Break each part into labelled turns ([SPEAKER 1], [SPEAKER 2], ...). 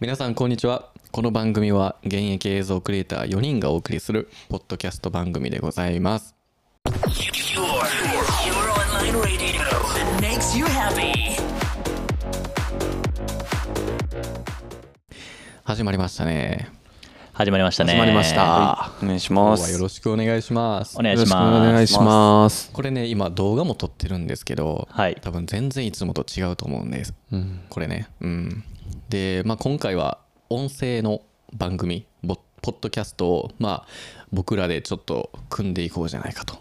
[SPEAKER 1] 皆さんこんにちはこの番組は現役映像クリエイター4人がお送りするポッドキャスト番組でございます
[SPEAKER 2] Your, your online radio that makes you happy.
[SPEAKER 1] 始まりましたね
[SPEAKER 3] 始まりましたね。
[SPEAKER 4] 始まりました。お願いしま
[SPEAKER 1] 今日はよ
[SPEAKER 4] す。
[SPEAKER 1] ろしくお願いします
[SPEAKER 3] お願い
[SPEAKER 4] よ
[SPEAKER 3] し
[SPEAKER 4] ろしくお
[SPEAKER 3] ます。
[SPEAKER 4] 願いします。
[SPEAKER 1] これね今動画も撮ってるんですけど、
[SPEAKER 3] はい
[SPEAKER 1] 多分全然いつもと違うと思うんです、これねうんで、まあ、今回は音声の番組ボポッドキャストを、まあ、僕らでちょっと組んでいこうじゃないかと、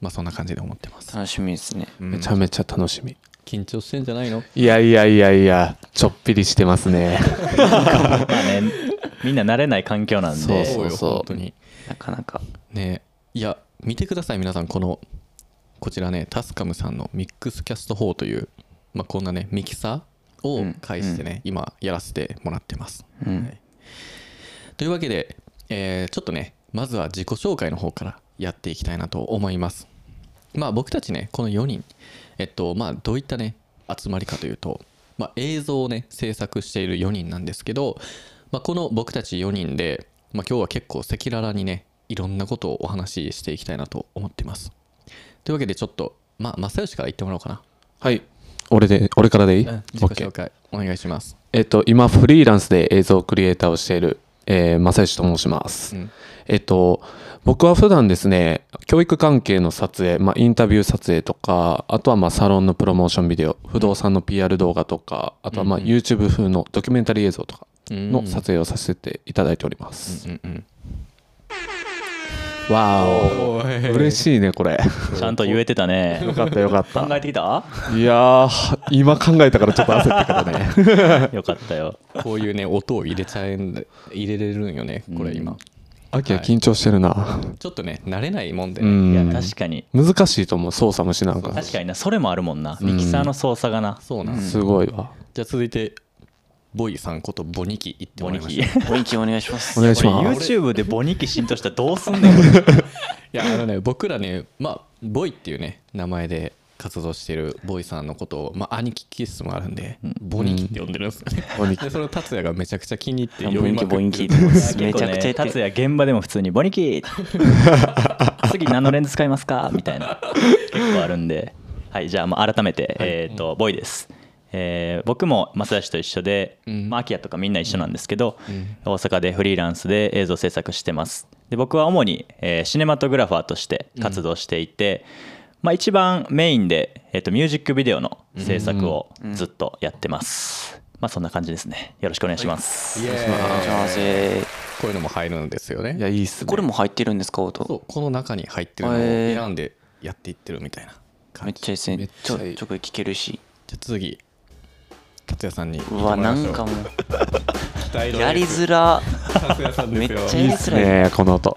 [SPEAKER 1] まあ、そんな感じで思ってます
[SPEAKER 4] 楽しみですね。
[SPEAKER 1] ん
[SPEAKER 4] めちゃめちゃ楽しみ。
[SPEAKER 1] 緊張してんじゃないの
[SPEAKER 4] いやいやいやいや、ちょっぴりしてますね。
[SPEAKER 3] まあね、みんな慣れない環境なん
[SPEAKER 4] そう
[SPEAKER 3] で、
[SPEAKER 4] そうそう
[SPEAKER 1] 本当に
[SPEAKER 4] なかなか。
[SPEAKER 1] ねいや見てください皆さんこのこちらねタスカムさんのミックスキャスト4という、まあ、こんなねミキサーを介してね、今やらせてもらってます、はいというわけで、えーちょっとねまずは自己紹介の方からやっていきたいなと思いますまあ僕たちねこの4人えっとまあどういったね集まりかというと、まあ、映像をね制作している4人なんですけど、まあ、この僕たち4人で、まあ、今日は結構赤裸々にねいろんなことをお話ししていきたいなと思ってますというわけでちょっとまあ正義から言ってもらおうかな
[SPEAKER 4] はい。俺で、俺からでいい
[SPEAKER 1] 自己
[SPEAKER 4] OK
[SPEAKER 1] 紹介お願いします
[SPEAKER 4] えっと、今、フリーランスで映像クリエイターをしている、えー、正義と申しま
[SPEAKER 1] う
[SPEAKER 4] す。
[SPEAKER 1] ん
[SPEAKER 4] えっと、僕は普段ですね、教育関係の撮影、まあ、インタビュー撮影とか、あとはまあサロンのプロモーションビデオ、不動産の PR 動画とか、あとはまあ YouTube 風のドキュメンタリー映像とかの撮影をさせていただいております。
[SPEAKER 1] うんうん
[SPEAKER 4] わーお嬉しいね、これ。
[SPEAKER 3] ちゃんと言えてたね。
[SPEAKER 4] よかった、よかっ
[SPEAKER 3] 考えてきた
[SPEAKER 4] た。いやー、今考えたからちょっと焦ったからね。
[SPEAKER 3] よかったよ。
[SPEAKER 1] こういうね音を入れちゃえんだ入れれるんよねこれ今、
[SPEAKER 4] アキは緊張してるな。
[SPEAKER 1] ちょっとね慣れないもんで
[SPEAKER 4] う
[SPEAKER 1] ね、
[SPEAKER 3] いや、
[SPEAKER 4] ん。
[SPEAKER 3] 確かに。
[SPEAKER 4] 難しいと思う、操作無視なんか。
[SPEAKER 3] 確かにな、それもあるもんな。ミキサーの操作がな。
[SPEAKER 1] そうなんです
[SPEAKER 4] すごいわ。
[SPEAKER 1] じゃあ続いてボイさんことボニキ言っても
[SPEAKER 3] ボ
[SPEAKER 1] ら
[SPEAKER 3] ニ
[SPEAKER 1] いまし
[SPEAKER 3] キ
[SPEAKER 1] ょう。
[SPEAKER 5] お人気お願いします。
[SPEAKER 4] お願いし
[SPEAKER 3] 俺
[SPEAKER 4] ます。
[SPEAKER 3] YouTube でボニキ浸透したらどうすんねんこれ
[SPEAKER 1] いやあのね僕らねまあボイっていうね名前で活動してるボイさんのことをまあ兄貴気質もあるんでボニキって呼んでるんですよね。
[SPEAKER 4] ボニキ
[SPEAKER 1] でその達也がめちゃくちゃ気に入って
[SPEAKER 5] ボ
[SPEAKER 1] 読み
[SPEAKER 5] インキ
[SPEAKER 1] まく
[SPEAKER 5] ボイン
[SPEAKER 1] っ
[SPEAKER 5] キ
[SPEAKER 1] て
[SPEAKER 5] っ
[SPEAKER 1] る
[SPEAKER 5] て
[SPEAKER 3] 結構ね
[SPEAKER 5] めちゃくちゃ言っ
[SPEAKER 3] 達
[SPEAKER 5] て
[SPEAKER 3] 也現場でも普通にボニキ 次何のレンズ使いますかみたいな結構あるんではいじゃあもう改めて、えっ、とボイです、えー僕も増田氏と一緒で、
[SPEAKER 1] うん
[SPEAKER 3] まあ、アキヤとかみんな一緒なんですけど、
[SPEAKER 1] ん
[SPEAKER 3] 大阪でフリーランスで映像制作してますで僕は主に、えーシネマトグラファーとして活動していて、まあ、一番メインで、えー、とミュージックビデオの制作をずっとやってます、まあそんな感じですねよろしくお願いします、
[SPEAKER 1] イエ
[SPEAKER 5] お願いし
[SPEAKER 1] ーイ
[SPEAKER 5] ますえ
[SPEAKER 1] こういうのも入るんですよ
[SPEAKER 4] い
[SPEAKER 1] ね。
[SPEAKER 4] や、いいっす
[SPEAKER 5] ー
[SPEAKER 4] ね。
[SPEAKER 5] これも入ってるんですか音
[SPEAKER 1] そうこの中に入ってるのを
[SPEAKER 5] へー
[SPEAKER 1] 選んでやっていってるみたいな感
[SPEAKER 5] めっ
[SPEAKER 1] じ。
[SPEAKER 5] ちゃいいです
[SPEAKER 4] めっ
[SPEAKER 5] ね
[SPEAKER 4] ち
[SPEAKER 5] ち
[SPEAKER 4] ゃ
[SPEAKER 5] ょ
[SPEAKER 4] いい
[SPEAKER 5] ちょこ聞けるし
[SPEAKER 1] じゃあ次達也さんに言って
[SPEAKER 5] う
[SPEAKER 1] も
[SPEAKER 5] わ
[SPEAKER 1] らいま
[SPEAKER 5] な
[SPEAKER 1] しょ
[SPEAKER 5] んかも
[SPEAKER 1] 期待の
[SPEAKER 5] う
[SPEAKER 1] ね
[SPEAKER 5] やりづら
[SPEAKER 1] 達也さんで
[SPEAKER 5] めっ
[SPEAKER 1] す
[SPEAKER 5] ち
[SPEAKER 1] よ
[SPEAKER 5] ゃやりづらい
[SPEAKER 4] ねえこの音。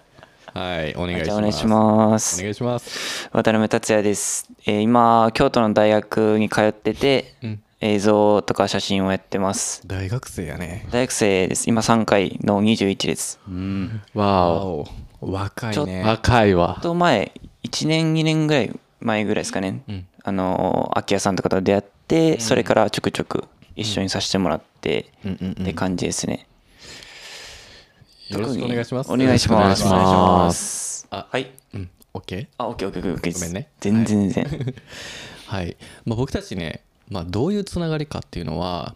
[SPEAKER 1] はいお願い
[SPEAKER 5] じ
[SPEAKER 1] し
[SPEAKER 5] ゃあ
[SPEAKER 1] ま
[SPEAKER 5] お
[SPEAKER 1] す。
[SPEAKER 5] 願いしま
[SPEAKER 1] お
[SPEAKER 5] す
[SPEAKER 1] 願いします。
[SPEAKER 5] 渡辺達也ですえー今京都の大学に通ってて
[SPEAKER 1] うん
[SPEAKER 5] 映像とか写真をやってます
[SPEAKER 1] 大学生やね。
[SPEAKER 5] 大学生です今3回の21です
[SPEAKER 3] うん
[SPEAKER 4] わ
[SPEAKER 1] 青若
[SPEAKER 5] ち
[SPEAKER 1] い
[SPEAKER 5] ょっ
[SPEAKER 4] お。
[SPEAKER 1] ね
[SPEAKER 4] 若いわ
[SPEAKER 5] ちょっ。と前1年2年ぐらい前ぐらいですかね、
[SPEAKER 1] うん
[SPEAKER 5] あの空き家さんとかと出会って、それからちょくちょく一緒にさせてもらって、
[SPEAKER 1] うんうんうん
[SPEAKER 5] って感じですね
[SPEAKER 1] よろしくお願いします
[SPEAKER 5] お願いし
[SPEAKER 4] よろ
[SPEAKER 5] ま
[SPEAKER 4] し
[SPEAKER 5] す
[SPEAKER 4] くお
[SPEAKER 5] お願
[SPEAKER 4] 願い
[SPEAKER 5] いし
[SPEAKER 4] しま
[SPEAKER 5] ますあはい
[SPEAKER 1] うん、OK?
[SPEAKER 5] あオッケーオッケーオッケーオッケーで
[SPEAKER 1] ご
[SPEAKER 5] す
[SPEAKER 1] めんね
[SPEAKER 5] 全然全然
[SPEAKER 1] はい、まあ、僕たちね、まあ、どういうつながりかっていうのは、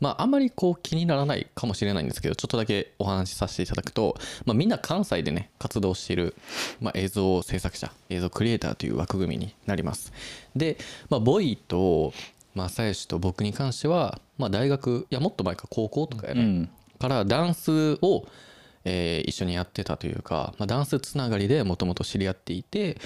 [SPEAKER 1] まあ、あんまりこう気にならないかもしれないんですけどちょっとだけお話しさせていただくと、まあ、みんな関西でね活動している、まあ、映像制作者映像クリエイターという枠組みになりますで、まあ、ボイと正義と僕に関しては、まあ、大学いやもっと前か高校とかや
[SPEAKER 3] う
[SPEAKER 1] ね、
[SPEAKER 3] ん
[SPEAKER 1] からダンスを、えー一緒にやってたというか、まあ、ダンスつながりでもともと知り合っていて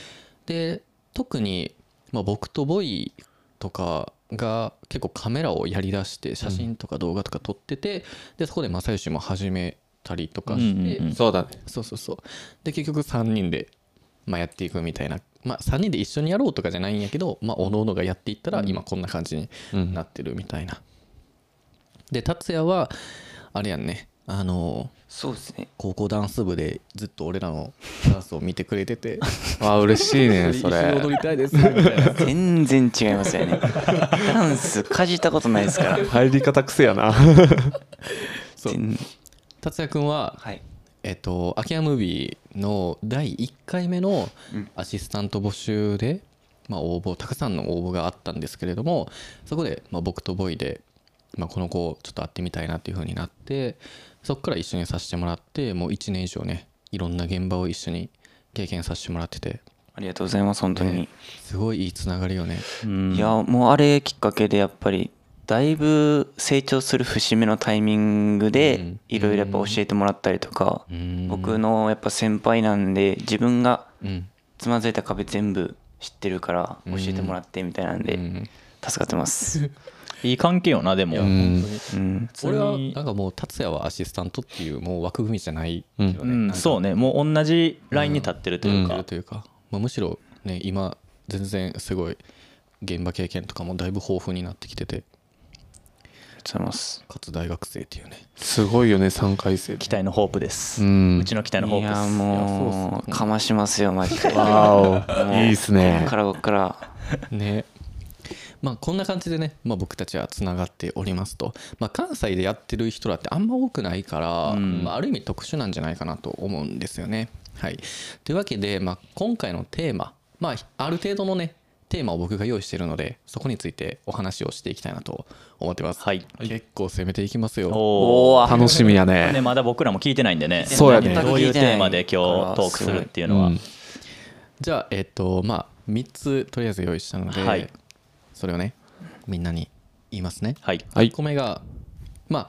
[SPEAKER 1] で特に、まあ、僕とボイとかが結構カメラをやりだして写真とか動画とか撮ってて、でそこで正義も始めたりとかして、
[SPEAKER 3] うんうんうん
[SPEAKER 4] そうだね。
[SPEAKER 1] そうそうそうで結局3人で、まあ、やっていくみたいな、まあ、3人で一緒にやろうとかじゃないんやけど、まあ、おのおのがやっていったら今こんな感じに
[SPEAKER 4] うん
[SPEAKER 1] なってるみたいな、で達也はあれやんねあの
[SPEAKER 5] そうですね
[SPEAKER 1] 高校ダンス部でずっと俺らのダンスを見てくれてて
[SPEAKER 4] わ、嬉しい ね、
[SPEAKER 1] 一
[SPEAKER 4] そ
[SPEAKER 1] 緒に踊り
[SPEAKER 4] れ。
[SPEAKER 1] たい ですみたいな
[SPEAKER 5] 全然違いますよねダンスかじったことないですから
[SPEAKER 4] 入り方癖やな。
[SPEAKER 1] そう
[SPEAKER 5] うん
[SPEAKER 1] 達也君は、
[SPEAKER 5] はい
[SPEAKER 1] えっと秋山ムービーの第1回目の
[SPEAKER 5] うん
[SPEAKER 1] アシスタント募集で、まあ、応募たくさんの応募があったんですけれどもそこで、まあ、僕とボイで、まあ、この子ちょっと会ってみたいなっていう風になってそこから一緒にさせてもらってもう1年以上ねいろんな現場を一緒に経験させてもらってて
[SPEAKER 5] ありがとうございます本当に、
[SPEAKER 1] すごいいいつながりよね
[SPEAKER 3] うん
[SPEAKER 5] いやもうあれきっかけでやっぱりだいぶ成長する節目のタイミング
[SPEAKER 1] う
[SPEAKER 5] で
[SPEAKER 1] ん
[SPEAKER 5] いろいろやっぱ教えてもらったりとか
[SPEAKER 1] うん
[SPEAKER 5] 僕のやっぱ先輩なんで自分が
[SPEAKER 1] うん
[SPEAKER 5] つまずいた壁全部知ってるから教えてもらってみたいなん
[SPEAKER 1] う
[SPEAKER 5] で
[SPEAKER 1] ん
[SPEAKER 5] 助かってます、
[SPEAKER 3] いい関係よなでも
[SPEAKER 4] うん
[SPEAKER 5] うん、
[SPEAKER 3] 普通
[SPEAKER 1] 俺は
[SPEAKER 3] に
[SPEAKER 1] なんかもう達也はアシスタントっていうもう枠組みじゃないけどね、な
[SPEAKER 3] う
[SPEAKER 1] ん
[SPEAKER 3] ん
[SPEAKER 1] か
[SPEAKER 3] そうねもう同じラインに立ってるとい
[SPEAKER 1] っ
[SPEAKER 3] う
[SPEAKER 1] て
[SPEAKER 3] か
[SPEAKER 1] るというか、まあ、むしろね今全然すごい現場経験とかもだいぶ豊富になってきてて
[SPEAKER 5] ありがとうございます
[SPEAKER 1] かつ大学生って いうね
[SPEAKER 4] すごいよね3回生
[SPEAKER 3] 期待のホープで
[SPEAKER 4] う
[SPEAKER 3] す
[SPEAKER 4] ん
[SPEAKER 3] うちの期待のホ
[SPEAKER 5] いや
[SPEAKER 3] ープです
[SPEAKER 5] もうかましますよマジで
[SPEAKER 4] わおいいっす
[SPEAKER 5] こ
[SPEAKER 4] ね
[SPEAKER 5] っからこっから
[SPEAKER 1] ねまあこんな感じでね、まあ、僕たちはつながっておりますと、まあ、関西でやってる人らってあんま多くないから、
[SPEAKER 3] うん
[SPEAKER 1] まあ、ある意味特殊なんじゃないかなと思うんですよね。はい、というわけで、まあ、今回のテーマ、まあ、ある程度のねテーマを僕が用意してるのでそこについてお話をしていきたいなと思ってます。
[SPEAKER 3] はい
[SPEAKER 1] 結構攻めていきますよ。
[SPEAKER 3] おお
[SPEAKER 4] 楽しみや
[SPEAKER 3] ね
[SPEAKER 4] ね
[SPEAKER 3] まだ僕らも聞いてないんでね
[SPEAKER 4] そうやね
[SPEAKER 3] どういうテーマで今日トークするっていうのは
[SPEAKER 4] うん
[SPEAKER 1] じゃあえっ、とまあ3つとりあえず用意したので、
[SPEAKER 3] はい
[SPEAKER 1] それをねみんなに言いますね、
[SPEAKER 3] はい
[SPEAKER 4] はい
[SPEAKER 1] 1個目がまあ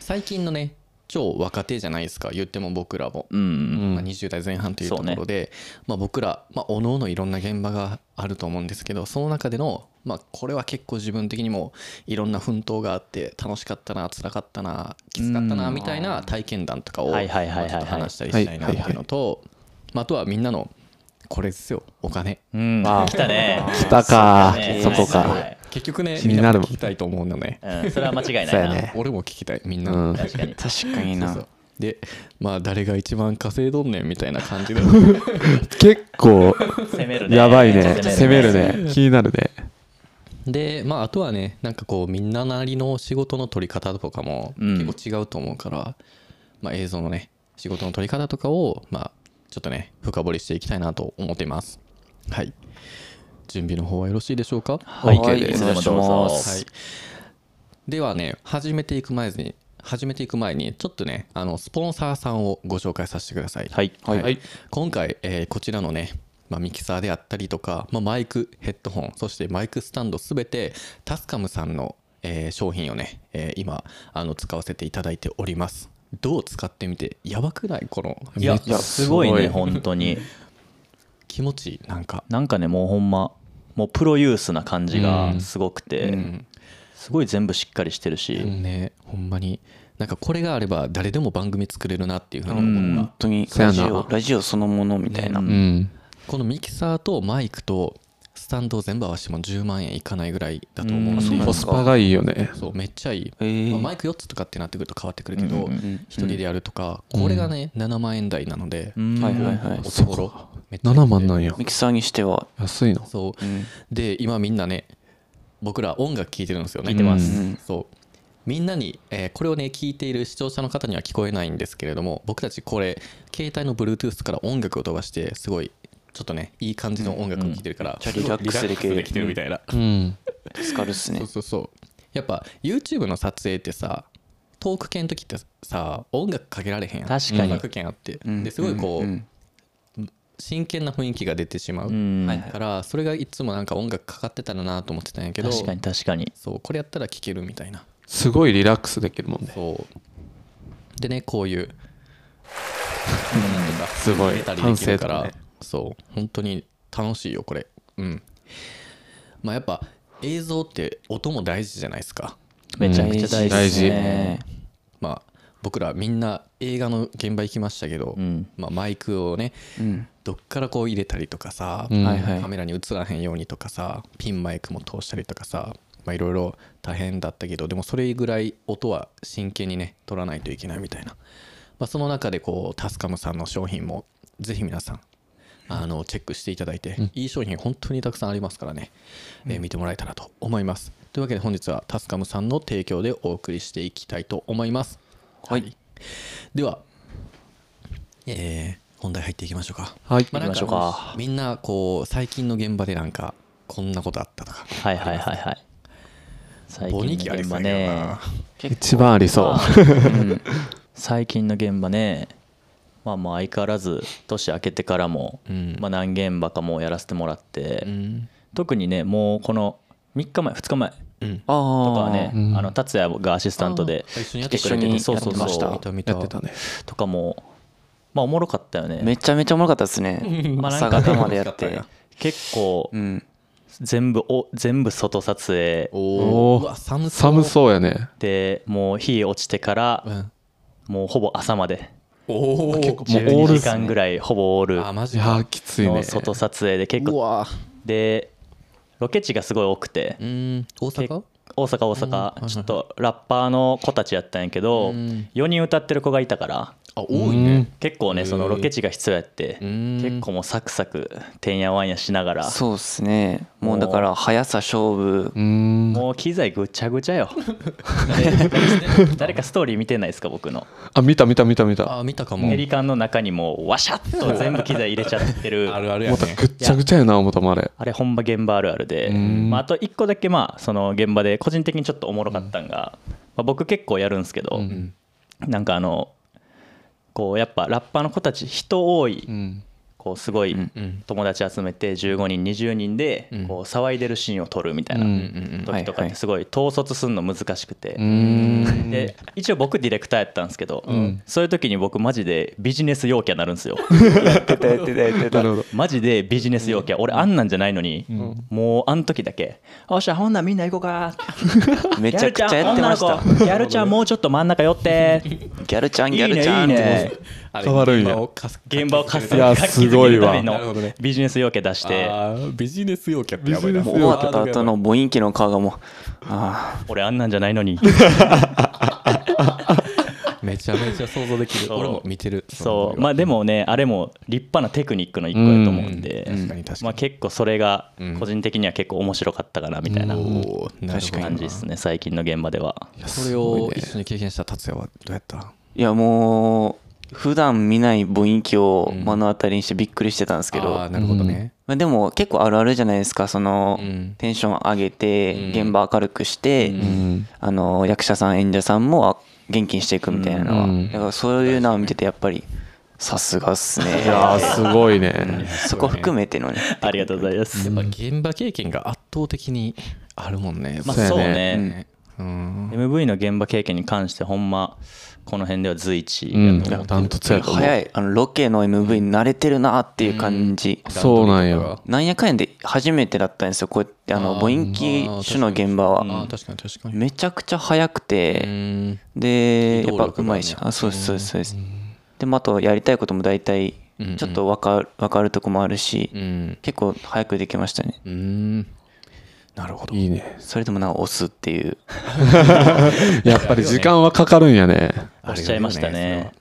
[SPEAKER 1] 最近のね超若手じゃないですか言っても僕らも、
[SPEAKER 3] うん
[SPEAKER 1] まあ、20代前半というと
[SPEAKER 3] そう
[SPEAKER 1] こ
[SPEAKER 3] ね
[SPEAKER 1] ろで、まあ、僕ら、まあ、おのおのいろんな現場があると思うんですけどその中での、まあ、これは結構自分的にもいろんな奮闘があって楽しかったな辛かったなきつかったな
[SPEAKER 3] うん
[SPEAKER 1] みたいな体験談とかを
[SPEAKER 3] は
[SPEAKER 1] まあ
[SPEAKER 3] い
[SPEAKER 1] ち
[SPEAKER 3] はいはいはい
[SPEAKER 1] ょっ
[SPEAKER 3] はい
[SPEAKER 1] と話したりしたいなっていうのと、まあ、あとはみんなのこれですよお金
[SPEAKER 3] うん
[SPEAKER 4] あ
[SPEAKER 3] 来たね
[SPEAKER 4] 来たか
[SPEAKER 3] ね
[SPEAKER 4] そこか
[SPEAKER 3] はい
[SPEAKER 1] 結局ね
[SPEAKER 4] 気
[SPEAKER 1] み
[SPEAKER 4] に
[SPEAKER 1] ん
[SPEAKER 4] な
[SPEAKER 1] な
[SPEAKER 4] る
[SPEAKER 1] も聞きたいと思うのね
[SPEAKER 3] うんそれは間違いな
[SPEAKER 4] そう
[SPEAKER 3] い
[SPEAKER 4] や
[SPEAKER 3] な
[SPEAKER 4] ね
[SPEAKER 1] 俺も聞きたいみんな、
[SPEAKER 4] うん
[SPEAKER 3] 確かに
[SPEAKER 5] 確かに
[SPEAKER 1] そう
[SPEAKER 5] な
[SPEAKER 1] そうでまあ誰が一番稼いどんねんみたいな感 じで
[SPEAKER 4] 結構
[SPEAKER 3] 攻めるね
[SPEAKER 4] やばいね攻める
[SPEAKER 3] ね
[SPEAKER 4] ね気になるね
[SPEAKER 1] でまああとはねなんかこうみんななりの仕事の取り方とかも
[SPEAKER 3] うん
[SPEAKER 1] 結構違うと思うから、まあ映像のね仕事の取り方とかをまあちょっとね深掘りしていきたいなと思っていますはい準備の方はよろしいでしょうか
[SPEAKER 3] はい
[SPEAKER 1] OK で
[SPEAKER 5] い
[SPEAKER 1] す
[SPEAKER 5] つでもどうぞ
[SPEAKER 3] お願いしま
[SPEAKER 1] は
[SPEAKER 3] す
[SPEAKER 1] い、ではね始めていく前に始めていく前にちょっとねあのスポンサーさんをご紹介させてください、
[SPEAKER 3] はい
[SPEAKER 1] はい今回、えーこちらのね、まあ、ミキサーであったりとか、まあ、マイクヘッドホンそしてマイクスタンドすべてタスカムさんの、えー商品をね、えー今あの使わせていただいておりますどう使ってみてやばくないこの
[SPEAKER 3] いや
[SPEAKER 1] めっちゃ
[SPEAKER 3] すごいね本当に
[SPEAKER 1] 気持ちいいなんか
[SPEAKER 3] なんかねもうほんまもうプロユースな感じがすごくて、
[SPEAKER 1] うん
[SPEAKER 3] すごい全部しっかりしてるし、
[SPEAKER 1] ねほんまになんかこれがあれば誰でも番組作れるなっていうふうに思う、
[SPEAKER 3] うん
[SPEAKER 5] 本当に
[SPEAKER 4] そう
[SPEAKER 5] ラ
[SPEAKER 4] や
[SPEAKER 5] ジ
[SPEAKER 4] な
[SPEAKER 5] オラジオそのものみたいな、
[SPEAKER 3] う
[SPEAKER 4] うん
[SPEAKER 1] このミキサーとマイクとスタンドを全部合わせても10万円いかないぐらいだと思うので
[SPEAKER 3] うん
[SPEAKER 4] コスパがいいよね
[SPEAKER 1] そうめっちゃいい、
[SPEAKER 5] へー
[SPEAKER 1] まあマイク4つとかってなってくると変わってくるけど、
[SPEAKER 3] うんうんうん
[SPEAKER 1] 1人でやるとか、これがね7万円台なので、
[SPEAKER 3] うん
[SPEAKER 5] はいはいはい
[SPEAKER 1] お手頃めっちゃいい
[SPEAKER 4] 7万なんや
[SPEAKER 5] ミキサーにしては
[SPEAKER 4] 安いの
[SPEAKER 1] そう、
[SPEAKER 5] ん
[SPEAKER 1] で今みんなね僕ら音楽聴いてるんですよね
[SPEAKER 4] 聴いてます
[SPEAKER 5] うん
[SPEAKER 1] そうみんなに、えーこれをね聞いている視聴者の方には聞こえないんですけれども僕たちこれ携帯の Bluetooth から音楽を飛ばしてすごいちょっとねいい感じの音楽を聴いてるから、
[SPEAKER 5] うんうんめっちゃリラックスできる
[SPEAKER 1] リラックスみたいな、
[SPEAKER 4] うん
[SPEAKER 5] 助かるっすね
[SPEAKER 1] そうそうそうやっぱ YouTube の撮影ってさトーク系の時ってさ音楽かけられへんやん
[SPEAKER 3] 確かに
[SPEAKER 1] 音楽系あって、
[SPEAKER 5] うん
[SPEAKER 1] ですごいこう、
[SPEAKER 5] んん
[SPEAKER 1] 真剣な雰囲気が出てしまう、
[SPEAKER 3] うん
[SPEAKER 5] はいはい
[SPEAKER 1] からそれがいつもなんか音楽かかってたらなと思ってたんやけど
[SPEAKER 3] 確かに確かに
[SPEAKER 1] そうこれやったら聴けるみたいな
[SPEAKER 4] すごいリラックスできるもんね
[SPEAKER 1] そうでねこう いう
[SPEAKER 4] すごい
[SPEAKER 1] 出たりできるから、
[SPEAKER 4] 反省とかね
[SPEAKER 1] そう本当に楽しいよこれうんまあやっぱ映像って音も大事じゃないですか
[SPEAKER 3] めちゃくちゃ大事です
[SPEAKER 5] 大
[SPEAKER 3] ね
[SPEAKER 1] まあ僕らみんな映画の現場行きましたけど、
[SPEAKER 3] うん
[SPEAKER 1] まあ、マイクをね
[SPEAKER 5] うん
[SPEAKER 1] どっからこう入れたりとかさ、
[SPEAKER 4] うん
[SPEAKER 5] はいはい
[SPEAKER 1] カメラに映らへんようにとかさピンマイクも通したりとかさまあいろいろ大変だったけどでもそれぐらい音は真剣にね取らないといけないみたいな、まあ、その中でこうタスカムさんの商品もぜひ皆さんあのチェックしていただいて、いい商品本当にたくさんありますからね、えー見てもらえたらと思いますというわけで本日はタスカムさんの提供でお送りしていきたいと思います
[SPEAKER 5] はい
[SPEAKER 1] では、えー本題入っていきましょうか。
[SPEAKER 4] はい
[SPEAKER 1] まあ、
[SPEAKER 3] 行きましょうか
[SPEAKER 1] なんみんなこう最近の現場でなんかこんなことあったとか
[SPEAKER 3] はいはいはいはい最
[SPEAKER 1] ボニ
[SPEAKER 3] 近
[SPEAKER 1] キ
[SPEAKER 3] の
[SPEAKER 1] ありそうだ
[SPEAKER 3] 現場
[SPEAKER 1] けど
[SPEAKER 3] ね
[SPEAKER 1] な
[SPEAKER 4] 一番ありそう
[SPEAKER 3] 最近の現場ねまあまあ相変わらず年明けてからも、
[SPEAKER 1] うん
[SPEAKER 3] まあ、何現場かもうやらせてもらって、
[SPEAKER 1] うん
[SPEAKER 3] 特にねもうこの3日前2日前
[SPEAKER 1] うん
[SPEAKER 5] ああ
[SPEAKER 3] とかはね、
[SPEAKER 4] うん
[SPEAKER 3] あの達也がアシスタントで
[SPEAKER 1] 一緒にやってて
[SPEAKER 3] く
[SPEAKER 1] く
[SPEAKER 3] れ
[SPEAKER 1] れ
[SPEAKER 3] て
[SPEAKER 1] て
[SPEAKER 3] て
[SPEAKER 1] て
[SPEAKER 3] そうそうそう
[SPEAKER 5] やってました
[SPEAKER 1] 見た見た
[SPEAKER 4] やってたね
[SPEAKER 3] とかもまあおもろかったよね
[SPEAKER 5] めちゃめちゃおもろかったですね
[SPEAKER 3] まあなんか
[SPEAKER 5] 朝方までやっ
[SPEAKER 1] 楽しか
[SPEAKER 5] て
[SPEAKER 1] っ
[SPEAKER 3] 結構
[SPEAKER 5] うん
[SPEAKER 3] 全部お全部外撮影
[SPEAKER 1] お
[SPEAKER 4] お
[SPEAKER 1] お
[SPEAKER 4] ー
[SPEAKER 1] うわ寒そう
[SPEAKER 4] 寒そうやね
[SPEAKER 3] でもう日落ちてから、
[SPEAKER 1] うん
[SPEAKER 3] もうほぼ朝まで
[SPEAKER 1] おお結構
[SPEAKER 4] もうオー
[SPEAKER 3] 12
[SPEAKER 4] ル
[SPEAKER 3] 時間ぐらいほぼオール
[SPEAKER 1] あマ
[SPEAKER 4] い
[SPEAKER 1] ジ
[SPEAKER 4] や
[SPEAKER 1] か
[SPEAKER 4] ーきつい
[SPEAKER 3] の
[SPEAKER 4] ね
[SPEAKER 3] 外撮影で結
[SPEAKER 1] う
[SPEAKER 3] 構
[SPEAKER 1] わ
[SPEAKER 3] でロケ地がすごい多くて
[SPEAKER 1] うん大
[SPEAKER 3] け
[SPEAKER 1] 阪
[SPEAKER 3] 大阪大阪ちょっとラッパーの子たちやったんやけど
[SPEAKER 1] うん
[SPEAKER 3] 4人歌ってる子がいたから
[SPEAKER 1] あ多いね
[SPEAKER 3] 結構ねそのロケ地が必要やって
[SPEAKER 1] うん
[SPEAKER 3] 結構もうサクサクてんやわんやしながら
[SPEAKER 5] そうっすねもうだから速さ勝負
[SPEAKER 4] うーん
[SPEAKER 3] もう機材ぐちゃぐちゃ よで誰かストーリー見てないですか僕の
[SPEAKER 4] あ見た見た見た見た
[SPEAKER 1] あ見たかも
[SPEAKER 3] ペリカンの中にもうワシャッと全部機材入れちゃって る
[SPEAKER 1] あるあるや
[SPEAKER 4] ま
[SPEAKER 1] ね
[SPEAKER 4] たぐっちゃぐちゃやな思ったもんあれ
[SPEAKER 3] あれほんま現場あるあるで、
[SPEAKER 4] ん
[SPEAKER 3] まあ、あと1個だけまあその現場で個人的にちょっとおもろかったんが、まあ、僕結構やるんですけど、
[SPEAKER 4] うん
[SPEAKER 3] なんかあのこうやっぱラッパーの子たち人多い、
[SPEAKER 4] うん
[SPEAKER 3] こうすごい
[SPEAKER 1] うん
[SPEAKER 3] 友達集めて15人20人で
[SPEAKER 1] うん
[SPEAKER 3] こう騒いでるシーンを撮るみたいな
[SPEAKER 4] うん
[SPEAKER 1] うん
[SPEAKER 3] 時とかっ
[SPEAKER 5] はいは
[SPEAKER 3] て
[SPEAKER 5] い
[SPEAKER 3] すごい統率するの難しくて。
[SPEAKER 4] うーん
[SPEAKER 3] で一応僕ディレクターやったんですけど、そういう時に僕マジでビジネス陽キャになるんですよ
[SPEAKER 5] やってたやってたやって
[SPEAKER 4] な
[SPEAKER 5] た
[SPEAKER 4] るほど
[SPEAKER 3] マジでビジネス陽キャ俺あんなんじゃないのに、もうあん時だけ「おっしゃほんならみんな行こうか」
[SPEAKER 5] めちゃくちゃやってました
[SPEAKER 3] ギャルちゃん女の子ギャルちゃんもうちょっと真ん中寄って
[SPEAKER 5] ギャルちゃん
[SPEAKER 3] い
[SPEAKER 5] ギ
[SPEAKER 3] い
[SPEAKER 5] ャル
[SPEAKER 3] ね
[SPEAKER 5] ちゃ
[SPEAKER 3] いい
[SPEAKER 5] んって
[SPEAKER 3] ね
[SPEAKER 1] あれ
[SPEAKER 4] 変わるん
[SPEAKER 1] 現
[SPEAKER 4] や
[SPEAKER 1] 場をかす
[SPEAKER 3] 現場を活性
[SPEAKER 4] いや
[SPEAKER 3] 化するため
[SPEAKER 4] すごいわな
[SPEAKER 1] るほど
[SPEAKER 3] の
[SPEAKER 1] ね
[SPEAKER 3] ビジネス要件出して
[SPEAKER 1] あービジネス要客ってやばいな
[SPEAKER 4] ビジ
[SPEAKER 5] も
[SPEAKER 4] ネ
[SPEAKER 5] う終
[SPEAKER 4] ス要
[SPEAKER 5] わ
[SPEAKER 4] 客
[SPEAKER 5] った後のボインキの顔がもうああ
[SPEAKER 3] 俺あんなんじゃないのに
[SPEAKER 1] めちゃめちゃ想像できる
[SPEAKER 3] そう
[SPEAKER 1] 俺も見てる
[SPEAKER 3] そうまあ
[SPEAKER 1] あ
[SPEAKER 3] でもねあれも立派なテクニックの一個やと思うんで
[SPEAKER 1] 確かに確かに
[SPEAKER 3] まあ結構それが個人的には結構面白かったかなみたいな
[SPEAKER 1] おーなるほどな
[SPEAKER 3] 感じですね最近の現場では
[SPEAKER 1] それを一緒に経験した達也はどうやった
[SPEAKER 5] いやもう普段見ないボインキを目の当たりにしてびっくりしてたんですけど、
[SPEAKER 1] ああなるほどね
[SPEAKER 5] まあ、でも結構あるあるじゃないですかその、
[SPEAKER 1] うん
[SPEAKER 5] テンション上げて
[SPEAKER 1] うん
[SPEAKER 5] 現場明るくして、
[SPEAKER 4] うん
[SPEAKER 5] あの役者さん演者さんもあ元気にしていくみたいなのは、
[SPEAKER 4] うん
[SPEAKER 5] だからそういうのを見ててやっぱりさすがっすね
[SPEAKER 4] いやーすごいね
[SPEAKER 5] そこ含めてのね
[SPEAKER 3] ありがとうございます
[SPEAKER 1] やっぱ現場経験が圧倒的にあるもんね
[SPEAKER 3] まあ
[SPEAKER 4] そう
[SPEAKER 3] そう
[SPEAKER 4] やね
[SPEAKER 3] ね
[SPEAKER 1] うん
[SPEAKER 3] MV の現場経験に関してほんまこの辺では随一やと
[SPEAKER 4] う
[SPEAKER 3] 思っ
[SPEAKER 4] ん
[SPEAKER 3] てる
[SPEAKER 4] ダントツやと思う
[SPEAKER 5] 早いあのロケの MV に慣れてるなっていう感じ、
[SPEAKER 4] そうなんや
[SPEAKER 5] なんやかんやで初めてだったんですよこうやってあ
[SPEAKER 1] あ
[SPEAKER 5] の
[SPEAKER 1] ー
[SPEAKER 5] ボインキ種の現場
[SPEAKER 1] ああ
[SPEAKER 5] は
[SPEAKER 1] 確かに確かに
[SPEAKER 5] めちゃくちゃ早くて、
[SPEAKER 1] うん
[SPEAKER 5] で
[SPEAKER 1] 移
[SPEAKER 5] やっ
[SPEAKER 1] 動
[SPEAKER 5] ぱ
[SPEAKER 1] 力があ
[SPEAKER 5] うま
[SPEAKER 1] る
[SPEAKER 5] い
[SPEAKER 1] ん
[SPEAKER 5] し
[SPEAKER 1] や
[SPEAKER 5] あそうですそうですそうですでもあとやりたいことも大体ちょっと分かる分かるとこもあるし
[SPEAKER 1] うん
[SPEAKER 5] 結構早くできましたね
[SPEAKER 1] うんなるほど
[SPEAKER 4] いいね
[SPEAKER 5] それでもなんか押すっていう
[SPEAKER 4] やっぱり時間はかかるんやね
[SPEAKER 3] 押しちゃいましたね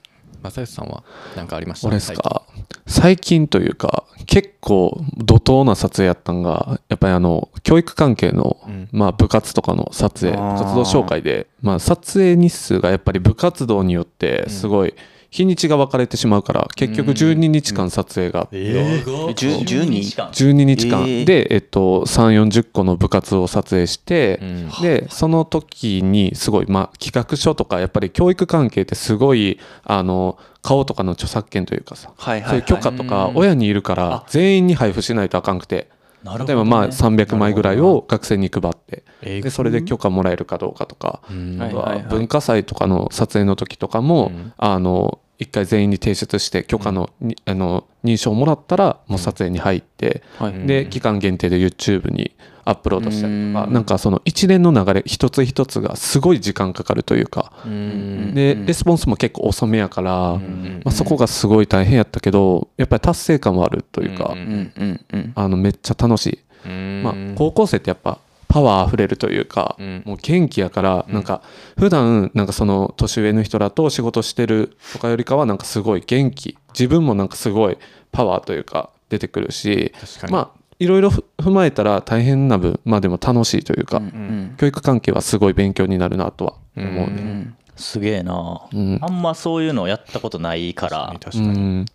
[SPEAKER 1] 正義さんは何かありました
[SPEAKER 4] 俺ですか最近というか結構怒涛な撮影やったんがやっぱりあの教育関係の、まあ、部活とかの撮影
[SPEAKER 5] あー
[SPEAKER 4] 活動紹介で、まあ、撮影日数がやっぱり部活動によってすごい日にちが分かれてしまうから結局12日間撮影があって
[SPEAKER 1] 最近
[SPEAKER 5] 10 12
[SPEAKER 3] 日間
[SPEAKER 4] 12日間、
[SPEAKER 5] えー
[SPEAKER 4] で、えっと、3 4 0個の部活を撮影して、
[SPEAKER 1] うん
[SPEAKER 4] でその時にすごい、まあ、企画書とかやっぱり教育関係ってすごいあの顔とかの著作権というかさ、
[SPEAKER 5] はい
[SPEAKER 4] そういう許可とか親にいるから全員に配布しないとあかんくて、
[SPEAKER 3] なるほどね
[SPEAKER 4] 例えばまあ300枚ぐらいを学生に配って
[SPEAKER 1] えぐ
[SPEAKER 4] でそれで許可もらえるかどうかとか
[SPEAKER 1] ん
[SPEAKER 4] あと
[SPEAKER 5] はい
[SPEAKER 4] は
[SPEAKER 5] はいはい
[SPEAKER 4] 文化祭とかの撮影の時とかも
[SPEAKER 1] ん
[SPEAKER 4] あの一回全員に提出して許可のにあの認証をもらったらもう撮影に入って
[SPEAKER 5] はい
[SPEAKER 4] で期間限定で YouTube にアップロードしたりとか
[SPEAKER 5] うん
[SPEAKER 4] なんかその一連の流れ一つ一つがすごい時間かかるというか
[SPEAKER 1] うん
[SPEAKER 4] でレスポンスも結構遅めやから。まあ、そこがすごい大変やったけどやっぱり達成感はあるというか、
[SPEAKER 1] うん
[SPEAKER 5] うんうんうん
[SPEAKER 4] あのめっちゃ楽しい、
[SPEAKER 1] うん
[SPEAKER 4] まあ、高校生ってやっぱパワーあふれるというか、
[SPEAKER 1] うん
[SPEAKER 4] もう元気やからなんか普段なんかその年上の人らと仕事してるとかよりかはなんかすごい元気自分もなんかすごいパワーというか出てくるし
[SPEAKER 1] 確かに
[SPEAKER 4] まあいろいろふ踏まえたら大変な分まあでも楽しいというか、
[SPEAKER 5] うん
[SPEAKER 4] 教育関係はすごい勉強になるなとは思うね。
[SPEAKER 3] すげえな、
[SPEAKER 4] ん
[SPEAKER 3] あんまそういうのやったことないから
[SPEAKER 1] 確か
[SPEAKER 4] う
[SPEAKER 1] に
[SPEAKER 4] ん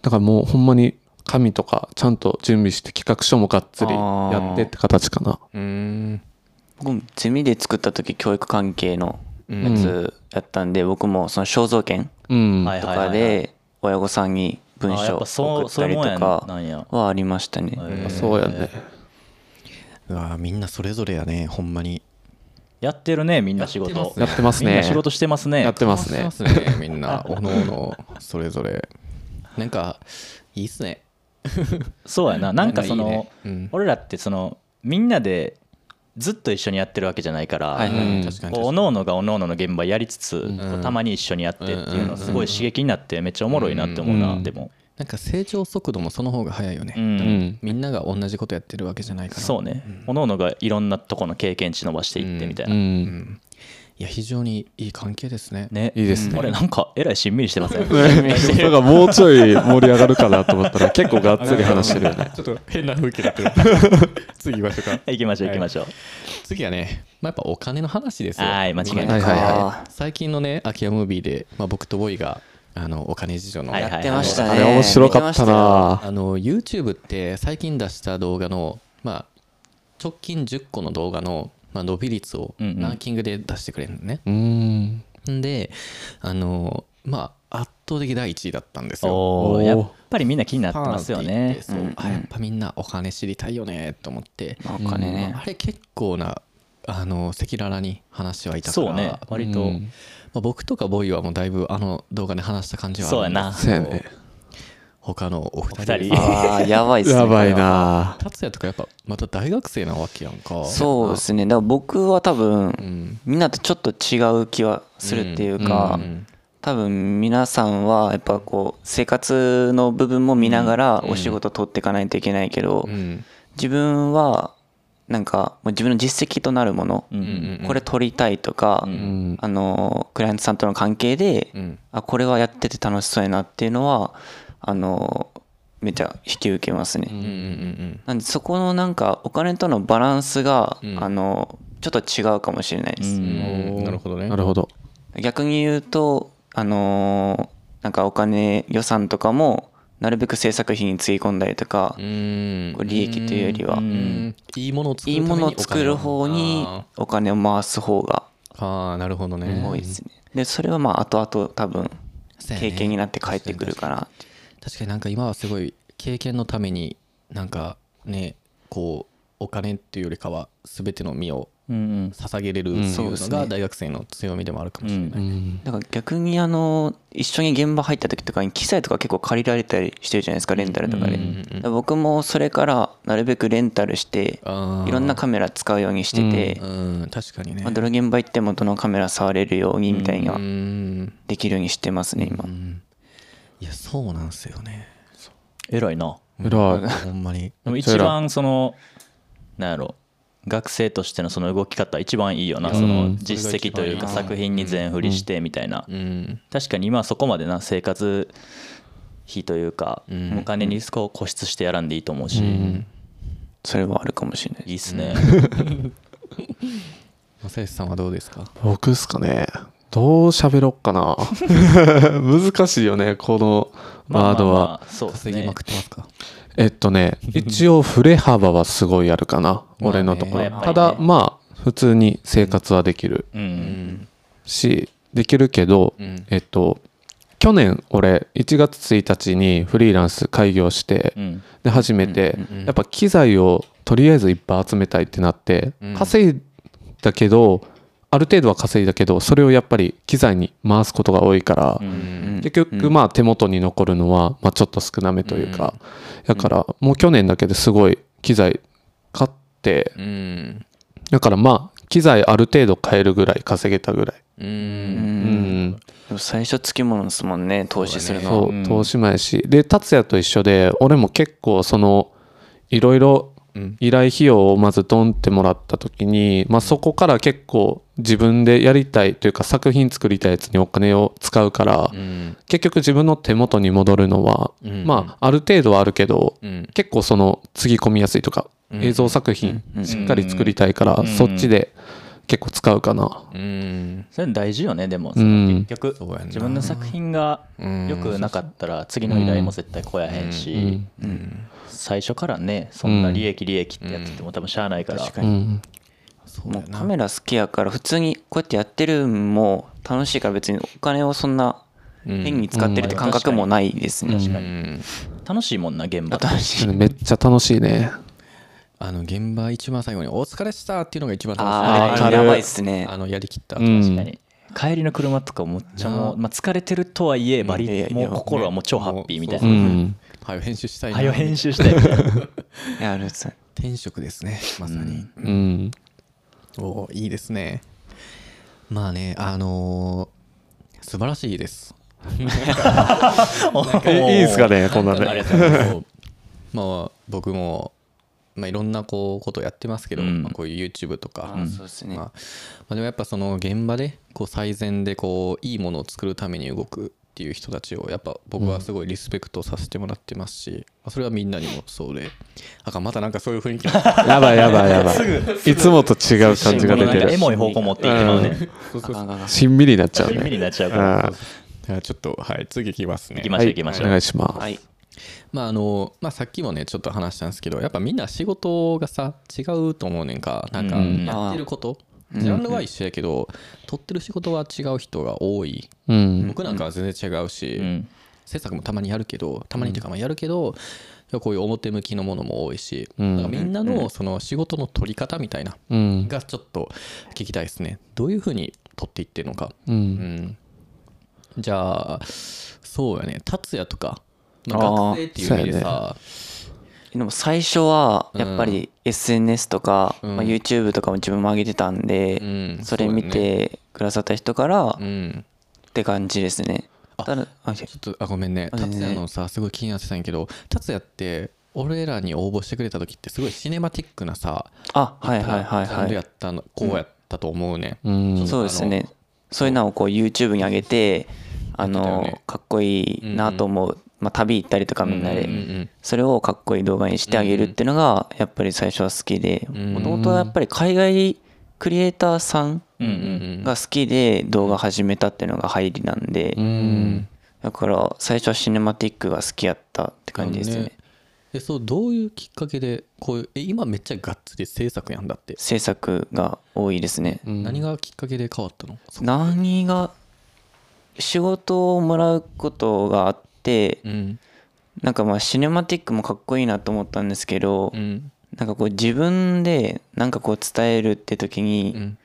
[SPEAKER 4] だからもうほんまに紙とかちゃんと準備して企画書もがっつりやってって形かな
[SPEAKER 1] うーん
[SPEAKER 5] 僕もゼミで作った時教育関係のやつやったんで、僕もその肖像権
[SPEAKER 4] うん、
[SPEAKER 3] はい
[SPEAKER 5] と
[SPEAKER 3] はいは
[SPEAKER 5] か
[SPEAKER 3] い
[SPEAKER 5] で親御さんに文
[SPEAKER 3] あや
[SPEAKER 5] 章
[SPEAKER 3] っ
[SPEAKER 5] を
[SPEAKER 3] ぱそう
[SPEAKER 5] 送ったりと
[SPEAKER 3] そういうもんやなんや
[SPEAKER 5] かはありましたね、
[SPEAKER 3] えー
[SPEAKER 4] そうやね
[SPEAKER 1] うわーみんなそれぞれやねほんまに
[SPEAKER 3] やってるねみんな仕事
[SPEAKER 1] やって
[SPEAKER 4] やってます
[SPEAKER 3] みんな
[SPEAKER 4] ね
[SPEAKER 3] 仕事してますね
[SPEAKER 4] やってますね
[SPEAKER 1] してますねみんなおのおのそれぞれなんかいいっすね
[SPEAKER 3] そうやななん
[SPEAKER 1] なんか
[SPEAKER 3] か
[SPEAKER 1] いい
[SPEAKER 3] その
[SPEAKER 1] ねうん
[SPEAKER 3] 俺らってそのみんなでずっと一緒にやってるわけじゃないから、
[SPEAKER 5] はいはい
[SPEAKER 4] うん
[SPEAKER 1] 確かに
[SPEAKER 3] こうおのおのがおのおのの現場やりつつ、こうたまに一緒にやってっていうのはすごい刺激になってめっちゃおもろいなって思うな、
[SPEAKER 4] うん
[SPEAKER 3] でも
[SPEAKER 1] なんか成長速度もその方が早いよね、
[SPEAKER 3] うん、
[SPEAKER 4] うん
[SPEAKER 1] みんなが同じことやってるわけじゃないから
[SPEAKER 3] そうね、おのおのがいろんなとこの経験値伸ばしていってみたいな、
[SPEAKER 4] うん
[SPEAKER 1] いや非常にいい関係ですね
[SPEAKER 3] ね
[SPEAKER 4] いいですね
[SPEAKER 3] うん俺なんかえらいしんみりしてません
[SPEAKER 4] だからもうちょい盛り上がるかなと思ったら結構がっつり話してるよね
[SPEAKER 1] ちょっと変な風景だ けど次行きましょうか
[SPEAKER 3] 行きましょう行きましょう、
[SPEAKER 1] 次はね、まあ、やっぱお金の話ですよ
[SPEAKER 3] はい間違いない
[SPEAKER 4] はいはいは
[SPEAKER 1] 最近のね空き家ムービーで、まあ、僕とボーイがあのお金事情の、
[SPEAKER 3] はいはい
[SPEAKER 5] やってましたね
[SPEAKER 4] あれ面白かったな
[SPEAKER 1] あの YouTube って最近出した動画の、まあ、直近10個の動画の、まあ、伸び率を
[SPEAKER 3] うんうん
[SPEAKER 1] ランキングで出してくれるのね、
[SPEAKER 4] うん
[SPEAKER 1] んであのまあ圧倒的第1位だったんですよ
[SPEAKER 3] お
[SPEAKER 4] お
[SPEAKER 3] お
[SPEAKER 4] ー
[SPEAKER 3] やっぱりみんな気になって
[SPEAKER 1] パーン
[SPEAKER 3] ま
[SPEAKER 1] っ
[SPEAKER 3] す
[SPEAKER 1] て言
[SPEAKER 3] よ
[SPEAKER 1] って
[SPEAKER 3] ね
[SPEAKER 1] そうあやっぱみんなお金知りたいよねと思って、
[SPEAKER 5] まあお金ね、
[SPEAKER 1] まああれ結構なあの赤裸々に話はいたから
[SPEAKER 3] そうね割と、
[SPEAKER 4] うん
[SPEAKER 1] まあ、僕とかボーイはもうだいぶあの動画で話した感じはある
[SPEAKER 3] そうやな
[SPEAKER 1] です
[SPEAKER 4] そうやね
[SPEAKER 1] 他のお二人
[SPEAKER 3] お二人
[SPEAKER 5] ああやばいっすね
[SPEAKER 4] やばい
[SPEAKER 5] これは
[SPEAKER 4] な
[SPEAKER 1] 達也とかやっぱまた大学生なわけやんか
[SPEAKER 5] そうですねだから僕は多分、
[SPEAKER 1] ん
[SPEAKER 5] みんなとちょっと違う気はするっていうか、
[SPEAKER 1] ん
[SPEAKER 5] 多分皆さんはやっぱこう生活の部分も見ながら
[SPEAKER 1] うん
[SPEAKER 5] お仕事取っていかないといけないけど、
[SPEAKER 1] うん
[SPEAKER 5] 自分はなんかもう自分の実績となるもの、
[SPEAKER 3] うん
[SPEAKER 1] うんうん
[SPEAKER 5] これ取りたいとか、
[SPEAKER 4] ん
[SPEAKER 5] あのクライアントさんとの関係で、
[SPEAKER 1] うん
[SPEAKER 5] あこれはやってて楽しそうやなっていうのはあのめっちゃ引き受けますね。
[SPEAKER 1] うんうんうん
[SPEAKER 5] なんでそこのなんかお金とのバランスが、
[SPEAKER 1] うん
[SPEAKER 5] あのちょっと違うかもしれないです。
[SPEAKER 3] うん
[SPEAKER 1] うんなるほどね
[SPEAKER 4] なるほど
[SPEAKER 5] 逆に言うとあのーなんかお金予算とかもなるべく制作費につぎ込んだりとか
[SPEAKER 1] う、ん
[SPEAKER 5] こう利益というよりは、
[SPEAKER 3] うん
[SPEAKER 1] うんいいものを作る
[SPEAKER 5] いいものを作る方に
[SPEAKER 1] あ
[SPEAKER 5] お金を回す方が
[SPEAKER 1] ーあーなるほどね
[SPEAKER 5] 多いですね。でそれはまあ後々多分
[SPEAKER 1] そうやね
[SPEAKER 5] 経験になって帰ってくるかなって
[SPEAKER 1] 確かになんか今はすごい経験のためになんかねこうお金っていうよりかは全ての身を
[SPEAKER 3] うん
[SPEAKER 1] 捧げれるっていうのが大学生の強みでもあるかもしれない、
[SPEAKER 4] うん
[SPEAKER 5] だから逆にあの一緒に現場入った時とかに機材とか結構借りられたりしてるじゃないですかレンタルとかで、だから僕もそれからなるべくレンタルして
[SPEAKER 1] あー
[SPEAKER 5] いろんなカメラ使うようにしてて、
[SPEAKER 1] うん確かにね
[SPEAKER 5] まあ、どの現場行ってもどのカメラ触れるようにみたいな
[SPEAKER 1] うーん
[SPEAKER 5] できるようにしてますね今
[SPEAKER 1] いやそうなんすよね
[SPEAKER 3] えらいな
[SPEAKER 4] えらい
[SPEAKER 1] ほんまに
[SPEAKER 3] でも
[SPEAKER 4] ちゃ偉
[SPEAKER 3] 一
[SPEAKER 4] い
[SPEAKER 3] 番そのなんやろ学生としてのその動き方一番いいよなその実績というか作品に全振りしてみたいな
[SPEAKER 1] うん
[SPEAKER 3] 確かに今はそこまでな生活費というかお金にこう固執してやらんでいいと思うし
[SPEAKER 5] それはあるかもしれない
[SPEAKER 3] いいっす ね
[SPEAKER 1] 正義さんはどうですか
[SPEAKER 4] 僕っすかねどう喋ろっかな 難しいよねこのワード
[SPEAKER 3] まあ
[SPEAKER 4] は
[SPEAKER 3] まあまあそうです
[SPEAKER 1] 稼ぎ
[SPEAKER 3] ね
[SPEAKER 1] まくってますか
[SPEAKER 4] えっとね一応振れ幅はすごいあるかな
[SPEAKER 1] まあね
[SPEAKER 4] 俺のとこ
[SPEAKER 3] まあ
[SPEAKER 4] ろ
[SPEAKER 3] やっぱり
[SPEAKER 4] た
[SPEAKER 3] ね
[SPEAKER 4] だまあ普通に生活はできる
[SPEAKER 3] うん
[SPEAKER 4] しできるけど
[SPEAKER 1] うん
[SPEAKER 4] えっと去年俺1月1日にフリーランス開業して
[SPEAKER 3] うん
[SPEAKER 4] で初めて
[SPEAKER 1] うんうん
[SPEAKER 4] やっぱ機材をとりあえずいっぱい集めたいってなって
[SPEAKER 1] うん
[SPEAKER 4] 稼いだけどある程度は稼いだけどそれをやっぱり機材に回すことが多いから
[SPEAKER 3] う
[SPEAKER 1] うんん
[SPEAKER 4] 結局まあ手元に残るのはまあちょっと少なめというかだからもう去年だけですごい機材買って
[SPEAKER 1] うん
[SPEAKER 4] だからまあ機材ある程度買えるぐらい稼げたぐらい
[SPEAKER 1] うん
[SPEAKER 5] うん
[SPEAKER 4] うん
[SPEAKER 5] でも最初つきものですもんね投資するのは
[SPEAKER 4] そううん投資前しで達也と一緒で俺も結構そのいろいろ
[SPEAKER 1] うん
[SPEAKER 4] 依頼費用をまずドンってもらった時に、まあ、そこから結構自分でやりたいというか作品作りたいやつにお金を使うから、
[SPEAKER 1] うん
[SPEAKER 4] 結局自分の手元に戻るのは、
[SPEAKER 1] うん
[SPEAKER 4] まあある程度はあるけど、
[SPEAKER 1] うん
[SPEAKER 4] 結構そのつぎ込みやすいとか、映像作品しっかり作りたいから、そっちで結構使うかな。
[SPEAKER 1] うん
[SPEAKER 3] それ大事よねでも、
[SPEAKER 4] うん
[SPEAKER 3] 結局
[SPEAKER 1] そうやんな
[SPEAKER 3] 自分の作品が
[SPEAKER 1] ん
[SPEAKER 3] 良くなかったら次の依頼も絶対来やへんし、最初からねそんな利益利益ってやってても多分しゃあないから、
[SPEAKER 5] 確か
[SPEAKER 4] う
[SPEAKER 5] に
[SPEAKER 4] ん。
[SPEAKER 1] そう
[SPEAKER 5] も
[SPEAKER 1] や
[SPEAKER 5] う
[SPEAKER 1] な
[SPEAKER 5] カメラ好きやから普通にこうやってやってるんも楽しいから別にお金をそんな変に使ってるって感覚もないですね、
[SPEAKER 1] う
[SPEAKER 5] 楽
[SPEAKER 1] ん
[SPEAKER 3] 楽しいもんな現場
[SPEAKER 5] しい
[SPEAKER 4] めっちゃ楽しいね。
[SPEAKER 1] あの現場一番最後に「お疲れっした」っていうのが一番楽しい
[SPEAKER 5] あーあ
[SPEAKER 4] わか
[SPEAKER 5] れ
[SPEAKER 4] る
[SPEAKER 5] やばいっすね
[SPEAKER 1] あのやりきった
[SPEAKER 4] う
[SPEAKER 1] 後
[SPEAKER 3] 確か
[SPEAKER 4] ん。
[SPEAKER 3] に帰りの車とかもっちゃもう、まあ、疲れてるとはいえバ
[SPEAKER 5] いやいや
[SPEAKER 3] リ
[SPEAKER 5] い
[SPEAKER 3] も
[SPEAKER 5] や
[SPEAKER 3] う心はもう超ハッピーみたい
[SPEAKER 1] も
[SPEAKER 3] な
[SPEAKER 4] うん。
[SPEAKER 1] はよ編集したいな
[SPEAKER 3] 早編集して
[SPEAKER 5] やるつ
[SPEAKER 1] 転職ですねまさに、
[SPEAKER 4] うん。
[SPEAKER 1] おーいいですねまあねあのー素晴らしいです
[SPEAKER 4] えいいですかね、こんな
[SPEAKER 1] あり
[SPEAKER 4] ね。
[SPEAKER 1] がとうございますまあ僕も、まあ、いろんなこうことやってますけど、
[SPEAKER 3] うん
[SPEAKER 1] まあ、こういう YouTube とか、
[SPEAKER 5] あーそうですね、
[SPEAKER 1] まあまあ、でもやっぱその現場でこう最善でこういいものを作るために動くっていう人たちをやっぱ僕はすごいリスペクトさせてもらってますし、まあそれはみんなにもそうであかんまたなんかそういう雰囲気になっちゃった
[SPEAKER 4] やばいやばいやばい。いつもと違う感じが出
[SPEAKER 3] な
[SPEAKER 4] て
[SPEAKER 3] んかエ
[SPEAKER 4] る。
[SPEAKER 3] モい方向持っていってまうね、
[SPEAKER 5] あかんあかんあかん
[SPEAKER 4] しんみりになっちゃう
[SPEAKER 3] しんみり
[SPEAKER 4] ね。
[SPEAKER 3] になっちゃうから
[SPEAKER 4] あ
[SPEAKER 1] じゃあちょっとはい次いきますね
[SPEAKER 3] 行き
[SPEAKER 4] あ
[SPEAKER 3] ましょう
[SPEAKER 4] はい、
[SPEAKER 3] 行きましょ
[SPEAKER 4] お
[SPEAKER 3] う、
[SPEAKER 4] 願いしま
[SPEAKER 5] は
[SPEAKER 4] す。
[SPEAKER 5] い
[SPEAKER 1] まああのまあ、さっきもねちょっと話したんですけどやっぱみんな仕事がさ違うと思うねんかなんか
[SPEAKER 3] うん
[SPEAKER 1] やってること、ジャンルは一緒やけど、取ってる仕事は違う人が多い
[SPEAKER 4] うん。
[SPEAKER 1] 僕なんかは全然違うし、
[SPEAKER 3] うん
[SPEAKER 1] 制作もたまにやるけどたまにというかまあやるけど、こういう表向きのものも多いし、
[SPEAKER 4] ん
[SPEAKER 1] だからみんなのその仕事の取り方みたいな、
[SPEAKER 4] うん。
[SPEAKER 1] がちょっと聞きたいですねどういうふうに取っていってるのか、
[SPEAKER 4] う。
[SPEAKER 1] うんん、じゃあそうやね達也とか、ま
[SPEAKER 5] あー
[SPEAKER 1] あ、学生っていう意味でさ
[SPEAKER 5] でも最初はやっぱり SNS とか、
[SPEAKER 1] うん
[SPEAKER 5] まあ、YouTube とかも自分も上げてたんで、
[SPEAKER 1] うん
[SPEAKER 5] それ見
[SPEAKER 1] そうだ
[SPEAKER 5] てくださった人から
[SPEAKER 1] う
[SPEAKER 5] っ
[SPEAKER 1] ん
[SPEAKER 5] て感じですね、ただあ
[SPEAKER 1] ちょっとあごめんね
[SPEAKER 5] あ全
[SPEAKER 1] 達
[SPEAKER 5] 然
[SPEAKER 1] 也のさすごい気になってたんやけど達也って俺らに応募してくれた時ってすごいシネマティックなさ
[SPEAKER 5] あはいはいはい
[SPEAKER 1] ジャンルや
[SPEAKER 5] は
[SPEAKER 1] ったのこうやったと思うね、
[SPEAKER 4] うん
[SPEAKER 5] いそうですねそういうのをこう YouTube に上げてあ
[SPEAKER 1] やっ
[SPEAKER 5] の、
[SPEAKER 1] てたよね
[SPEAKER 5] かっこいいなと思う、まあ、旅行ったりとかみんなで、
[SPEAKER 1] うんうん
[SPEAKER 5] それをかっこいい動画にしてあげるっていうのがやっぱり最初は好きで
[SPEAKER 1] うん
[SPEAKER 5] もともとやっぱり海外クリエイターさん
[SPEAKER 3] うんうん
[SPEAKER 5] が好きで動画始めたっていうのが入りなんで、
[SPEAKER 4] うん。
[SPEAKER 5] だから最初はシネマティックが好きやったって感じですね
[SPEAKER 1] えそうどういうきっかけでこういうえ今めっちゃがっつり制作やんだって、
[SPEAKER 5] 制作が多いですね、
[SPEAKER 1] 何がきっかけで変わったの
[SPEAKER 5] 何が仕事をもらうことがあって、
[SPEAKER 1] うん
[SPEAKER 5] なんかまあシネマティックもかっこいいなと思ったんですけど、
[SPEAKER 1] うん
[SPEAKER 5] なんかこう自分でなんかこう伝えるって時に、
[SPEAKER 1] うん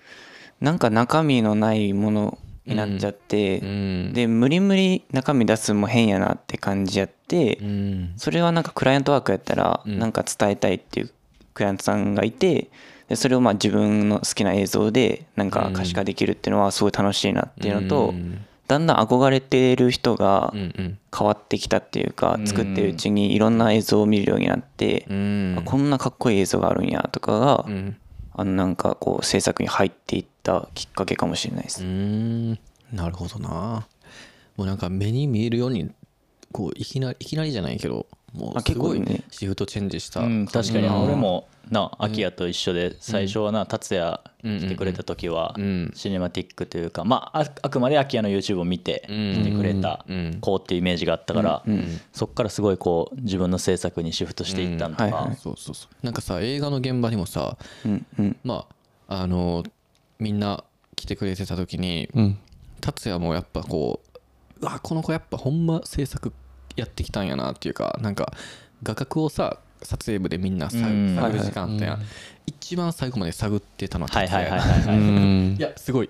[SPEAKER 5] なんか中身のないものになっちゃって、
[SPEAKER 1] うん
[SPEAKER 5] で無理無理中身出すのも変やなって感じやって、
[SPEAKER 1] うん
[SPEAKER 5] それはなんかクライアントワークやったら
[SPEAKER 1] うん
[SPEAKER 5] なんか伝えたいっていうクライアントさんがいてでそれをまあ自分の好きな映像でなんか可視化できるっていうのはすごい楽しいなっていうのと
[SPEAKER 1] うん
[SPEAKER 5] だんだん憧れている人が
[SPEAKER 1] うんうん
[SPEAKER 5] 変わってきたっていうか
[SPEAKER 3] うん
[SPEAKER 5] 作ってるうちにいろんな映像を見るようになって
[SPEAKER 1] うん
[SPEAKER 5] あこんなかっこいい映像があるんやとかが
[SPEAKER 1] うん
[SPEAKER 5] あのなんかこう制作に入っていったきっかけかもしれないで
[SPEAKER 1] う
[SPEAKER 5] す。
[SPEAKER 1] ーんなるほどなもうなんか目に見えるようにこういきなりいきなりじゃないけどもう
[SPEAKER 5] あ
[SPEAKER 1] す
[SPEAKER 5] 結構
[SPEAKER 1] ごい
[SPEAKER 5] ね
[SPEAKER 1] シフトチェンジした、
[SPEAKER 3] うん、確かに俺もな秋也と一緒で最初はな達也来てくれた時は
[SPEAKER 1] うん
[SPEAKER 3] シネマティックというかまあああくまで秋也の YouTube を見て
[SPEAKER 1] うん
[SPEAKER 3] 来てくれた
[SPEAKER 1] うん
[SPEAKER 3] 子っていうイメージがあったからそっからすごいこう自分の制作にシフトしていったんと
[SPEAKER 5] うんはい
[SPEAKER 3] か
[SPEAKER 5] は
[SPEAKER 1] そうそうそうなんかさ映画の現場にもさ
[SPEAKER 5] うんうん
[SPEAKER 1] まああのみんな来てくれてた時に
[SPEAKER 4] うん。
[SPEAKER 1] 達也もやっぱこううわこの子やっぱほんま制作やってきたんやなっていうかなんか画角をさ撮影部でみんなさ
[SPEAKER 3] うん
[SPEAKER 1] 探る時間あったやん一番最後まで探ってたのは
[SPEAKER 3] はい
[SPEAKER 1] 達
[SPEAKER 3] はい
[SPEAKER 1] 也
[SPEAKER 3] はい
[SPEAKER 1] や
[SPEAKER 3] はい
[SPEAKER 4] うん。う
[SPEAKER 3] はい
[SPEAKER 4] ん
[SPEAKER 1] いやすごい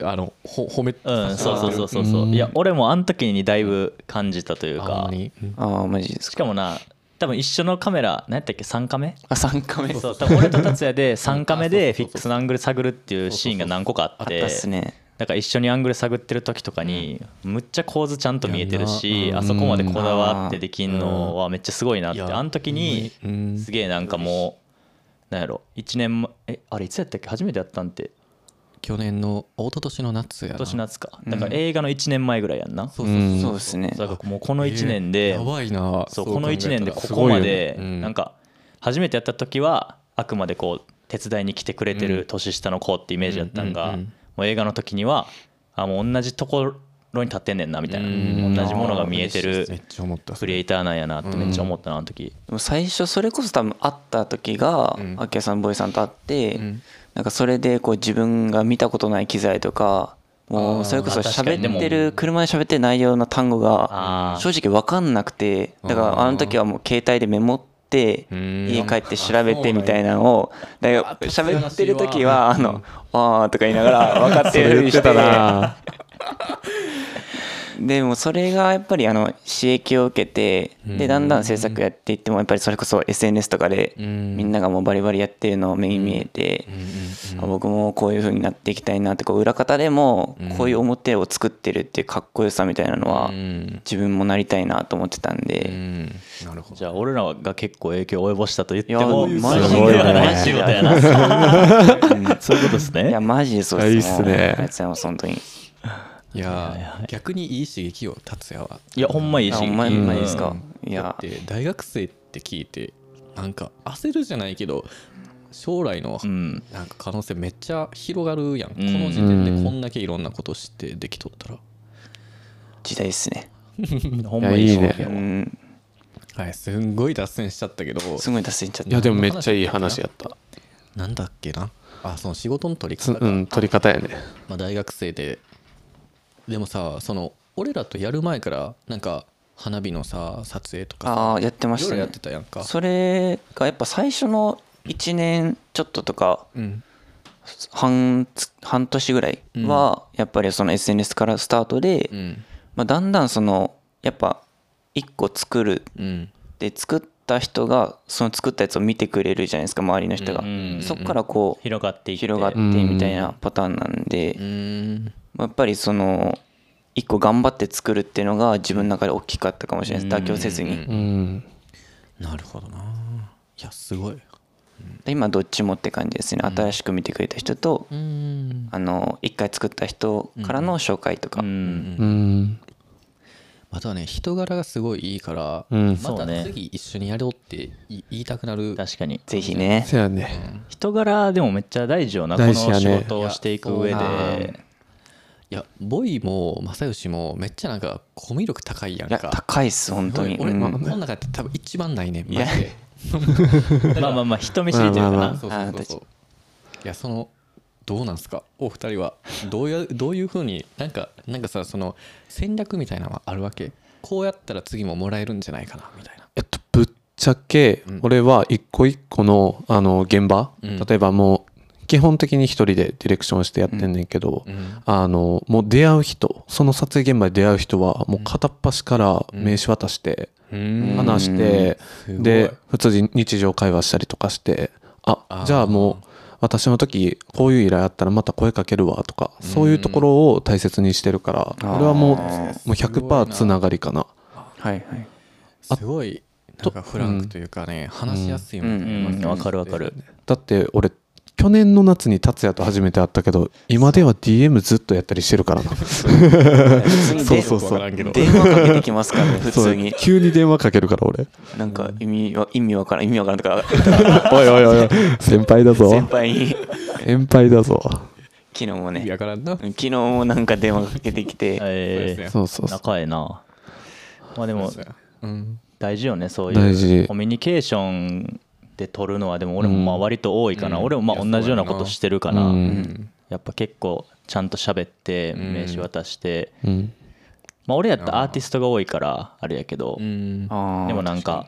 [SPEAKER 1] あのほ褒め
[SPEAKER 3] うん、そうそうそうそう
[SPEAKER 4] う
[SPEAKER 3] そ
[SPEAKER 4] ん
[SPEAKER 3] ういや俺もあの時にだいぶ感じたという
[SPEAKER 1] あん
[SPEAKER 3] か
[SPEAKER 1] まり
[SPEAKER 5] ああマジです
[SPEAKER 3] し
[SPEAKER 5] か
[SPEAKER 3] かもな多分一緒のカメラ何やったっけ3カメ
[SPEAKER 5] あ3カメ
[SPEAKER 3] そ
[SPEAKER 5] あっ
[SPEAKER 3] う多分俺と達也で3カメでフィックスのアングル探るっていうシーンが何個かあ
[SPEAKER 5] た
[SPEAKER 3] って
[SPEAKER 5] っすね
[SPEAKER 3] だから一緒にアングル探ってる時とかにむっちゃ構図ちゃんと見えてるし
[SPEAKER 1] いやな
[SPEAKER 3] あそこまでこだわってできんのはめっちゃすごいなって
[SPEAKER 1] うんいや
[SPEAKER 3] あの時に
[SPEAKER 1] うん
[SPEAKER 3] すげえなんかもうなんやろ1年前えあれいつやったっけ初めてやったんって
[SPEAKER 1] 去年のあ一昨年の夏やな
[SPEAKER 3] 今年夏かだから映画の1年前ぐらいやんな
[SPEAKER 1] そう
[SPEAKER 4] う
[SPEAKER 1] そうそうん
[SPEAKER 5] そうですね
[SPEAKER 3] だからもうこの1年で
[SPEAKER 1] やばいな
[SPEAKER 3] そう
[SPEAKER 1] 考え
[SPEAKER 3] この1年で
[SPEAKER 1] たら
[SPEAKER 3] ここま
[SPEAKER 4] すごい
[SPEAKER 3] で
[SPEAKER 1] ねうん
[SPEAKER 3] なんか初めてやった時はあくまでこう手伝いに来てくれてる年下の子ってイメージだったんが、
[SPEAKER 1] うんうんうん
[SPEAKER 3] もう映画の時にはあもう同じところに立ってんねんなみたいな、
[SPEAKER 1] うん
[SPEAKER 3] 同じものが見えてる
[SPEAKER 1] めっちゃ思った
[SPEAKER 3] クリエイターなんやなってめっちゃ思ったなあの時、
[SPEAKER 5] でも最初それこそ多分会った時が
[SPEAKER 1] うん
[SPEAKER 5] アキラさんボイさんと会って、
[SPEAKER 1] ん
[SPEAKER 5] なんかそれでこう自分が見たことない機材とかもうそれこそ
[SPEAKER 3] あー確かに
[SPEAKER 5] 喋ってる車で喋ってる内容の単語
[SPEAKER 3] あー
[SPEAKER 5] が正直分かんなくてだからあの時はもう携帯でメモって
[SPEAKER 1] うん
[SPEAKER 5] 家帰って調べてみたいなのをだから喋ってる時は「あのあー」とか言いながら分かってるふりしてでもそれがやっぱりあの刺激を受けてでだんだん制作やっていってもやっぱりそれこそ SNS とかで
[SPEAKER 1] ん
[SPEAKER 5] みんながもうバリバリやってるのを目に見えてあ僕もこういう風になっていきたいなってこう裏方でもこういう表を作ってるっていうかっこよさみたいなのは
[SPEAKER 1] うん
[SPEAKER 5] 自分もなりたいなと思ってたんで
[SPEAKER 1] なるほど
[SPEAKER 3] じゃあ俺らが結構影響を及ぼしたと言って
[SPEAKER 5] いや
[SPEAKER 3] も
[SPEAKER 5] マジです
[SPEAKER 3] ごいねマジみたいなそういうことです
[SPEAKER 5] い
[SPEAKER 3] ね
[SPEAKER 5] やマジでそうです
[SPEAKER 4] いやいいっ
[SPEAKER 5] も
[SPEAKER 4] すね
[SPEAKER 5] うありがとうございます本当に
[SPEAKER 1] いやー逆にいい刺激を達也はい
[SPEAKER 3] やほんまいい
[SPEAKER 5] あ
[SPEAKER 3] し
[SPEAKER 5] ほんまに
[SPEAKER 3] うん
[SPEAKER 5] まいいですかい
[SPEAKER 1] だ
[SPEAKER 5] や
[SPEAKER 1] って大学生って聞いてなんか焦るじゃないけど将来の
[SPEAKER 3] うん
[SPEAKER 1] なんか可能性めっちゃ広がるやん、
[SPEAKER 3] ん
[SPEAKER 1] この時点でこんだけいろんなこと知ってできとったら、
[SPEAKER 5] 時代ですね
[SPEAKER 3] ほんまいい
[SPEAKER 4] いやいいね
[SPEAKER 3] し
[SPEAKER 5] うん
[SPEAKER 1] はいすんごい脱線しちゃったけど
[SPEAKER 5] すごい脱線しちゃっ
[SPEAKER 4] いや
[SPEAKER 5] た
[SPEAKER 4] でもめっちゃいい話やった
[SPEAKER 1] なんだっけなあその仕事の取り
[SPEAKER 4] つ
[SPEAKER 1] 方か、
[SPEAKER 4] うん取り方やね
[SPEAKER 1] まあ、大学生ででもさその俺らとやる前からなんか花火のさ撮影とかさ
[SPEAKER 5] ああやってま
[SPEAKER 1] いろ
[SPEAKER 5] し
[SPEAKER 1] い
[SPEAKER 5] た
[SPEAKER 1] ろや
[SPEAKER 5] ね
[SPEAKER 1] ってたやんか
[SPEAKER 5] それがやっぱ最初の1年ちょっととか
[SPEAKER 1] うん
[SPEAKER 5] 半つ半年ぐらいはやっぱりその SNS からスタートで、
[SPEAKER 1] うん
[SPEAKER 5] まあ、だんだんそのやっぱ1個作る
[SPEAKER 1] うん
[SPEAKER 5] で作った人がその作ったやつを見てくれるじゃないですか周りの人が、
[SPEAKER 3] うん
[SPEAKER 5] そっからこう
[SPEAKER 3] 広がっていって
[SPEAKER 5] 広がってみたいなパターンなんで、
[SPEAKER 1] うーん
[SPEAKER 5] まあやっぱりその1個頑張って作るっていうのが自分の中で大きかったかもしれないです妥協せずに、
[SPEAKER 4] うん
[SPEAKER 1] なるほどないやすごい
[SPEAKER 5] で今どっちもって感じですね新しく見てくれた人と、
[SPEAKER 1] うん
[SPEAKER 5] あの1回作った人からの紹介とか、
[SPEAKER 3] うん
[SPEAKER 4] うん
[SPEAKER 1] あとはね人柄がすごいいいから、
[SPEAKER 4] うん
[SPEAKER 1] ま
[SPEAKER 3] そう
[SPEAKER 1] た
[SPEAKER 3] ね
[SPEAKER 1] 次一緒にやろうってい言いたくなる
[SPEAKER 3] 確かに
[SPEAKER 5] ぜひね
[SPEAKER 4] せやね
[SPEAKER 3] 人柄でもめっちゃ大事よな、
[SPEAKER 4] 大事
[SPEAKER 3] この
[SPEAKER 4] やね
[SPEAKER 3] 仕事をしていく上
[SPEAKER 1] いや
[SPEAKER 3] で
[SPEAKER 1] いやボイも正義もめっちゃなんかコミュ力高いやん
[SPEAKER 5] いや
[SPEAKER 1] か
[SPEAKER 5] 高いっす本当に、
[SPEAKER 1] すごい俺、
[SPEAKER 5] うん
[SPEAKER 1] この中で多分一番ないねマジ
[SPEAKER 5] や
[SPEAKER 1] で
[SPEAKER 3] まあまあまあ人見知りというか
[SPEAKER 4] まあまあ
[SPEAKER 3] な
[SPEAKER 4] まあ
[SPEAKER 1] そうそうそうそういやそのどうなんすかお二人はどうやどういうふうになんかなんかさその戦略みたいなのはあるわけこうやったら次ももらえるんじゃないかなみたいな
[SPEAKER 4] えっとぶっちゃけ
[SPEAKER 1] うん
[SPEAKER 4] 俺は一個一個のあの現場
[SPEAKER 1] うん
[SPEAKER 4] 例えばもう基本的に一人でディレクションしてやってんねんけど
[SPEAKER 1] うん
[SPEAKER 4] あのもう出会う人その撮影現場で出会う人はもう片っ端から名刺渡して
[SPEAKER 1] うん
[SPEAKER 4] 話して
[SPEAKER 1] うんすごい
[SPEAKER 4] で普通に日常会話したりとかして
[SPEAKER 1] あ
[SPEAKER 4] あ
[SPEAKER 1] ー
[SPEAKER 4] じゃあもう私の時こういう依頼あったらまた声かけるわとかそういうところを大切にしてるから
[SPEAKER 5] あー
[SPEAKER 4] 俺はもう
[SPEAKER 5] す
[SPEAKER 4] もう100%つな
[SPEAKER 1] が
[SPEAKER 4] がりかな
[SPEAKER 5] はいはい
[SPEAKER 1] すごいなんかフランクというかね話しやすいもん
[SPEAKER 3] う
[SPEAKER 1] ね
[SPEAKER 3] んわかるわかる
[SPEAKER 4] だって俺去年の夏に達也と初めて会ったけど今では DM ずっとやったりしてるからな
[SPEAKER 5] 普通に
[SPEAKER 4] そう
[SPEAKER 5] で
[SPEAKER 4] そう
[SPEAKER 1] わ
[SPEAKER 4] そ
[SPEAKER 1] か
[SPEAKER 4] う
[SPEAKER 1] らんけど
[SPEAKER 5] 電話かけてきますからね普
[SPEAKER 4] そ
[SPEAKER 5] 通
[SPEAKER 4] う
[SPEAKER 5] に
[SPEAKER 4] 急に電話かけるから俺
[SPEAKER 5] なんか意味は意味わからん意味わからんとか
[SPEAKER 4] おいおいおいおい先輩だぞ
[SPEAKER 5] 先輩に昨
[SPEAKER 4] 先輩だぞ
[SPEAKER 5] 日も
[SPEAKER 1] いや
[SPEAKER 5] ね
[SPEAKER 1] からんな
[SPEAKER 5] 昨日もなんか電話かけてきて、
[SPEAKER 1] そう
[SPEAKER 3] え
[SPEAKER 1] ですね
[SPEAKER 3] ー
[SPEAKER 4] そうそうそう
[SPEAKER 3] 仲ええなまあでも
[SPEAKER 1] うん
[SPEAKER 3] 大事よねそう
[SPEAKER 4] 大
[SPEAKER 3] い
[SPEAKER 4] 事
[SPEAKER 3] うコミュニケーションで取るのはでも俺もまあ割と多いかな、俺もまあ同じようなことしてるから、
[SPEAKER 4] うん
[SPEAKER 3] やっぱ結構ちゃんと喋って名刺渡して、
[SPEAKER 4] うん
[SPEAKER 3] まあ俺やったらアーティストが多いからあれやけど、
[SPEAKER 1] うん
[SPEAKER 5] あ
[SPEAKER 3] でも
[SPEAKER 5] ー
[SPEAKER 3] なんか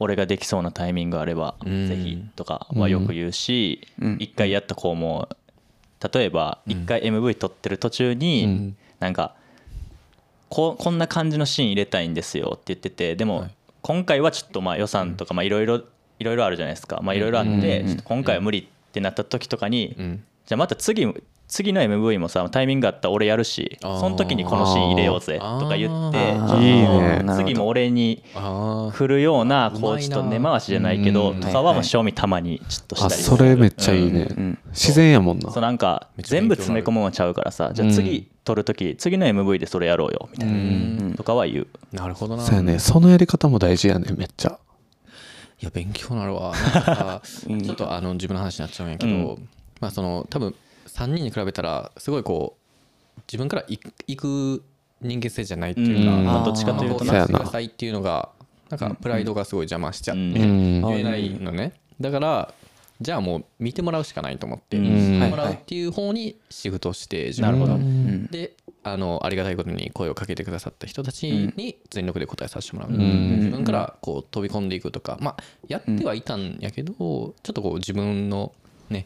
[SPEAKER 3] 俺ができそうなタイミングがあれば
[SPEAKER 1] ん
[SPEAKER 3] ぜひとかはよく言うし
[SPEAKER 5] うん
[SPEAKER 3] 一回やった子も例えば一回 MV 撮ってる途中になんかここんな感じのシーン入れたいんですよって言っててでも今回はちょっとまあ予算とかまあいろいろいろいろあるじゃないですかまあいろいろあってちょっと今回は無理ってなった時とかに
[SPEAKER 1] ん
[SPEAKER 3] じゃあまた次次の MV もさタイミングあったら俺やるし
[SPEAKER 1] あー
[SPEAKER 3] その時にこのシーン入れようぜとか言って
[SPEAKER 1] あ
[SPEAKER 3] ちょっと
[SPEAKER 4] いいね
[SPEAKER 3] もう次も俺に
[SPEAKER 1] ああ
[SPEAKER 3] 振るような
[SPEAKER 1] うまいな
[SPEAKER 3] こうちょっと根回しじゃないけど
[SPEAKER 4] うん
[SPEAKER 3] とかはもう賞味たまにちょっとした
[SPEAKER 4] あ
[SPEAKER 3] り
[SPEAKER 4] それめっちゃいい
[SPEAKER 3] うん
[SPEAKER 4] ね、
[SPEAKER 5] ん
[SPEAKER 4] 自然やもんな
[SPEAKER 3] そうなんか
[SPEAKER 1] めっちゃ勉強になる
[SPEAKER 3] 全部詰め込むのちゃうからさじゃあ次撮る時次の MV でそれやろうよみたいなとかは言う
[SPEAKER 1] なるほどな
[SPEAKER 4] そうやねそのやり方も大事やねめっちゃ
[SPEAKER 1] いや勉強になるわなん かさちょっとあの自分の話になっちゃうんやけど、まあその多分3人に比べたらすごいこう自分から行く行く人間性じゃないっていうか、
[SPEAKER 3] うん
[SPEAKER 1] まあ
[SPEAKER 3] あーどっちかというと
[SPEAKER 4] な
[SPEAKER 1] 任せてくださいっていうのがなんかプライドがすごい邪魔しちゃって、
[SPEAKER 3] うん
[SPEAKER 4] うん
[SPEAKER 1] 言えないのねだからじゃあもう見てもらうしかないと思って、
[SPEAKER 3] うん
[SPEAKER 1] 見てもら
[SPEAKER 5] はい
[SPEAKER 1] っ
[SPEAKER 5] うはい
[SPEAKER 1] ていう方にシフトして自
[SPEAKER 3] なる
[SPEAKER 1] 分
[SPEAKER 3] ほ
[SPEAKER 1] が
[SPEAKER 3] ど
[SPEAKER 5] うん
[SPEAKER 1] であのありがたいことに声をかけてくださった人たちに全力で答えさせてもらう、
[SPEAKER 4] ん
[SPEAKER 1] 自分からこう飛び込んでいくとか、まあ、やってはいたんやけど、ちょっとこう自分のね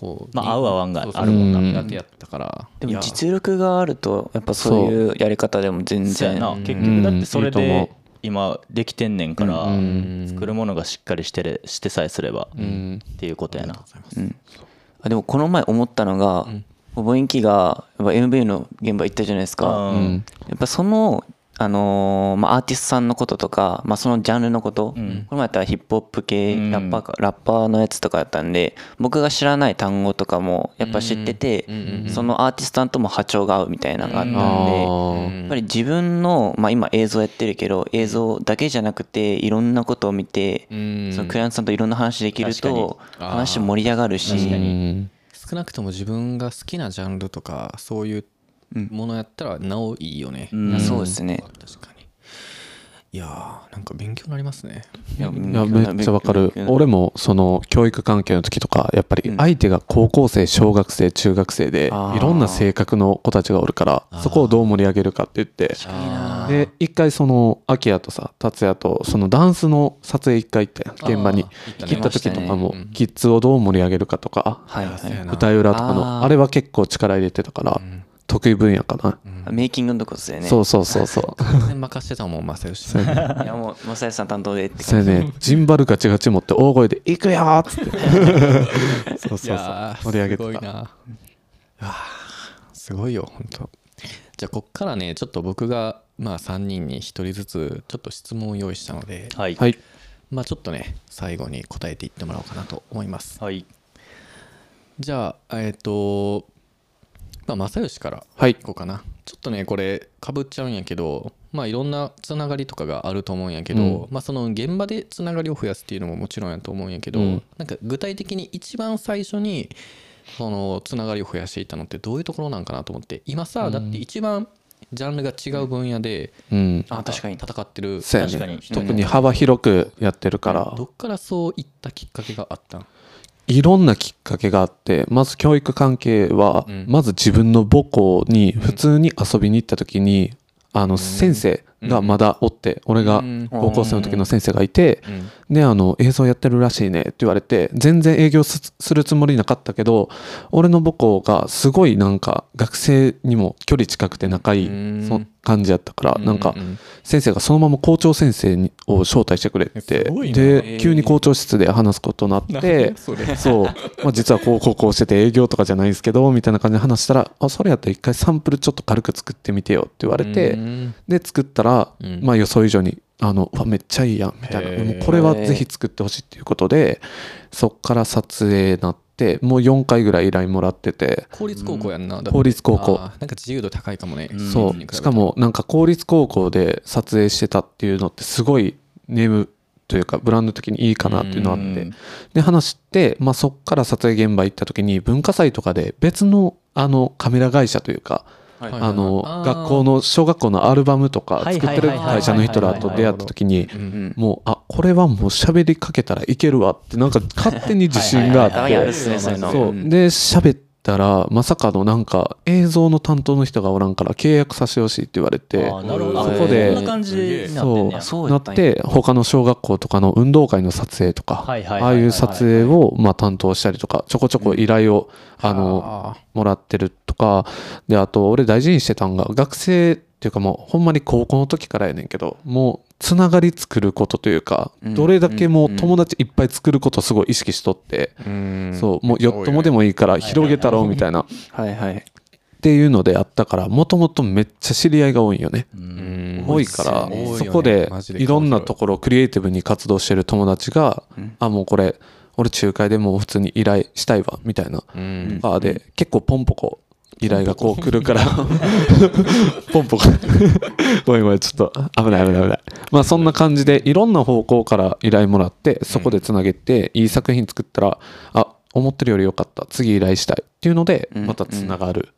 [SPEAKER 1] こう
[SPEAKER 3] まあ合う合わんが
[SPEAKER 1] そうそう
[SPEAKER 3] ある
[SPEAKER 4] もんな
[SPEAKER 1] 苦手やったからい
[SPEAKER 5] でも
[SPEAKER 1] や
[SPEAKER 5] 実力があるとやっぱそういうやり方でも全
[SPEAKER 3] そうや
[SPEAKER 5] 然
[SPEAKER 3] な結局だってそれ
[SPEAKER 4] いいと
[SPEAKER 3] で
[SPEAKER 4] 思
[SPEAKER 3] 今できてんねんから
[SPEAKER 4] うん
[SPEAKER 3] 作るものがしっかりしてれしてさえすればっていうことやな
[SPEAKER 5] あでもこの前思ったのが、おぼんきがやっぱ MV の現場行ったじゃないですか、
[SPEAKER 3] うん
[SPEAKER 5] やっぱその、あのーまあ、アーティストさんのこととか、まあ、そのジャンルのこと、この前やったらヒップホップ系、
[SPEAKER 3] うん
[SPEAKER 5] ラッパーかラッパーのやつとかやったんで僕が知らない単語とかもやっぱ知ってて、そのアーティストさんとも波長が合うみたいなのがあったんで、やっぱり自分の、まあ、今映像やってるけど映像だけじゃなくていろんなことを見て、
[SPEAKER 1] うん
[SPEAKER 5] そのクライアントさんといろんな話できると
[SPEAKER 1] かに
[SPEAKER 5] 話盛り上がるし。
[SPEAKER 4] うん
[SPEAKER 1] 少なくとも自分が好きなジャンルとかそういうものやったらなおいいよね、
[SPEAKER 5] うんそうですね。
[SPEAKER 1] 確かにいやーなんか勉強になりますね
[SPEAKER 5] いや、
[SPEAKER 4] いやめっちゃわかる
[SPEAKER 5] うん
[SPEAKER 4] 俺もその教育関係の時とかやっぱり相手が高校生小学生中学生で
[SPEAKER 5] あー
[SPEAKER 4] いろんな性格の子たちがおるからそこをどう盛り上げるかって言ってで一回そのアキヤとさ達也とそのダンスの撮影一回行ったやん現場に
[SPEAKER 1] あー
[SPEAKER 4] 行
[SPEAKER 1] 行った
[SPEAKER 4] っ
[SPEAKER 1] た
[SPEAKER 5] ね
[SPEAKER 4] 時とか
[SPEAKER 1] 行
[SPEAKER 4] も
[SPEAKER 1] きましたねうん
[SPEAKER 4] キッズをどう盛り上げるかとか
[SPEAKER 5] はいはい
[SPEAKER 1] やな
[SPEAKER 4] 舞台裏とか
[SPEAKER 5] あ
[SPEAKER 4] の
[SPEAKER 5] ー
[SPEAKER 4] あれは結構力入れてたから得意分野かな
[SPEAKER 5] メイキングのとこですよね。
[SPEAKER 4] そうそうそうそう
[SPEAKER 1] 全然任せてたもん任せるし
[SPEAKER 5] いやもう、マサヤさん担当でって
[SPEAKER 4] それねジンバルガチガチ持って大声で「行くよ!」っつってそうそ
[SPEAKER 1] い
[SPEAKER 4] うそう
[SPEAKER 1] やー
[SPEAKER 4] 盛り上げ
[SPEAKER 1] すご
[SPEAKER 4] て
[SPEAKER 1] い
[SPEAKER 4] た
[SPEAKER 1] なうわーすごいよ本当じゃあこっからねちょっと僕がまあ3人に1人ずつちょっと質問を用意したので、
[SPEAKER 3] はい
[SPEAKER 4] はい
[SPEAKER 1] まあちょっとね最後に答えていってもらおうかなと思います
[SPEAKER 3] はい
[SPEAKER 1] じゃあえっ、とまあ正義から
[SPEAKER 4] はい
[SPEAKER 1] こうかなちょっとねこれかぶっちゃうんやけどまあいろんなつながりとかがあると思うんやけど、まあその現場でつながりを増やすっていうのももちろんやと思うんやけど、
[SPEAKER 4] うん
[SPEAKER 1] なんか具体的に一番最初にそのつながりを増やしていったのってどういうところなんかなと思って今さ、だって一番ジャンルが違う分野で、
[SPEAKER 4] うん
[SPEAKER 5] あ確かに
[SPEAKER 1] 戦ってる
[SPEAKER 4] そうや
[SPEAKER 3] 確かに
[SPEAKER 4] ね特に幅広くやってるから
[SPEAKER 1] どっからそういったきっかけがあったん
[SPEAKER 4] いろんなきっかけがあってまず教育関係は
[SPEAKER 1] うん
[SPEAKER 4] まず自分の母校に普通に遊びに行った時にあの先生がまだおって俺が
[SPEAKER 1] うん
[SPEAKER 4] 高校生の時の先生がいて
[SPEAKER 1] うん
[SPEAKER 4] であの映像やってるらしいねって言われて全然営業すするつもりなかったけど俺の母校がすごいなんか学生にも距離近くて仲いい
[SPEAKER 1] うん
[SPEAKER 4] その感じやったからなんか
[SPEAKER 1] ううん
[SPEAKER 4] 先生がそのまま校長先生にを招待してくれて
[SPEAKER 1] すごいな
[SPEAKER 4] で急に校長室で話すことにな って そう、まあ、実はこうこう こうしてて営業とかじゃないんですけどみたいな感じで話したらあそれやったら一回サンプルちょっと軽く作ってみてよって言われて
[SPEAKER 1] うん
[SPEAKER 4] で作ったら、
[SPEAKER 1] うん
[SPEAKER 4] まあ予想以上にあのうわめっちゃいいやんみたい
[SPEAKER 1] へ
[SPEAKER 4] な
[SPEAKER 1] ー
[SPEAKER 4] もうこれはぜひ作ってほしいっていうことでそっから撮影なってもう4回ぐらい依頼もらってて。
[SPEAKER 1] 公立高校やんな、だって
[SPEAKER 4] 公立高校
[SPEAKER 1] あーなんか自由度高いかもね、
[SPEAKER 4] そ
[SPEAKER 1] 私立に比べ
[SPEAKER 4] う
[SPEAKER 1] て
[SPEAKER 4] しかもなんか公立高校で撮影してたっていうのってすごいネームというかブランド的にいいかなっていうのあっ
[SPEAKER 3] う
[SPEAKER 4] て
[SPEAKER 3] ん
[SPEAKER 4] で話して、まあ、そっから撮影現場行った時に文化祭とかで別のあのカメラ会社というか
[SPEAKER 5] はい
[SPEAKER 4] あの
[SPEAKER 1] あー
[SPEAKER 4] 学校の小学校のアルバムとか
[SPEAKER 3] はい
[SPEAKER 4] 作ってる会社の人らと出会った時に
[SPEAKER 5] ん
[SPEAKER 4] もうあこれはもう喋りかけたらいけるわってなんか勝手に自信があっ
[SPEAKER 5] たま
[SPEAKER 4] て
[SPEAKER 5] にあるっすね、そういうの。
[SPEAKER 4] そう
[SPEAKER 5] うん
[SPEAKER 4] で喋ったらまさかのなんか映像の担当の人がおらんから契約させてほしいって言われて
[SPEAKER 3] あーなるほど
[SPEAKER 4] そ
[SPEAKER 3] あ
[SPEAKER 4] こで
[SPEAKER 3] こんな感じになってん
[SPEAKER 4] そ
[SPEAKER 3] ねや
[SPEAKER 5] あそう
[SPEAKER 4] な
[SPEAKER 5] や
[SPEAKER 4] っ
[SPEAKER 5] ったんや
[SPEAKER 4] て他の小学校とかの運動会の撮影とか
[SPEAKER 3] はいはいはい
[SPEAKER 4] あ
[SPEAKER 3] はい
[SPEAKER 4] あいう撮影をまあ担当したりとかちょこちょこ依頼をあのもらってるとかであと俺大事にしてたんが学生っていうかもうほんまに高校の時からやねんけどもうつながり作ることというかどれだけもう友達いっぱい作ることすごい意識しとってそうもうよっともでもいいから広げたろうみたいな
[SPEAKER 5] はいはい。
[SPEAKER 4] っていうのでやったからもともとめっちゃ知り合いが多いんよね。多いから、
[SPEAKER 1] 多いよね
[SPEAKER 4] そこで
[SPEAKER 1] マジで
[SPEAKER 4] いろんなところクリエイティブに活動してる友達が、あもうこれ俺仲介でもう普通に依頼したいわみたいなバーで結構ポンポコ依頼がこう来るから ポンポがごめんごめんちょっと危ない危ない危ないまあそんな感じでいろんな方向から依頼もらってそこでつなげていい作品作ったらあ思ってるより良かった次依頼したいっていうのでまたつながる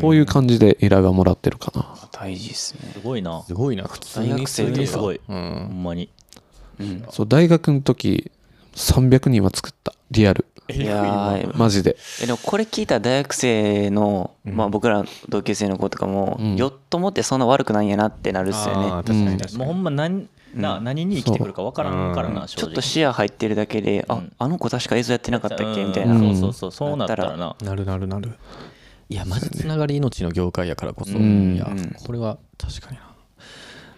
[SPEAKER 4] こういう感じで依頼はもらってるかな
[SPEAKER 5] 大事ですね
[SPEAKER 3] すごいな
[SPEAKER 1] すごいな普通
[SPEAKER 5] 大
[SPEAKER 1] に
[SPEAKER 5] 学生
[SPEAKER 1] 普通に
[SPEAKER 3] すごい
[SPEAKER 1] うん
[SPEAKER 3] ほんまに
[SPEAKER 4] そう大学の時300人は作ったリアル
[SPEAKER 5] いやー
[SPEAKER 4] マジで
[SPEAKER 5] えでもこれ聞いた大学生の、まあ、僕ら同級生の子とかも、
[SPEAKER 4] うん
[SPEAKER 5] よっともってそんな悪くないんやなってなるっすよ
[SPEAKER 1] あー確
[SPEAKER 5] ね
[SPEAKER 1] かに確かに
[SPEAKER 3] もうほんま何な何に生きてくるか分からんからな正
[SPEAKER 5] ちょ
[SPEAKER 3] 直
[SPEAKER 5] っと視野入ってるだけで、
[SPEAKER 3] う
[SPEAKER 5] あ
[SPEAKER 3] ん
[SPEAKER 5] あの子確か映像やってなかったっけみたいな、
[SPEAKER 3] う
[SPEAKER 4] うんん
[SPEAKER 3] そうそうそうそうなったらな
[SPEAKER 1] なるなるなるいやマジつながり命の業界やからこそ、
[SPEAKER 4] ん
[SPEAKER 1] いや
[SPEAKER 5] うん
[SPEAKER 1] これは確かにな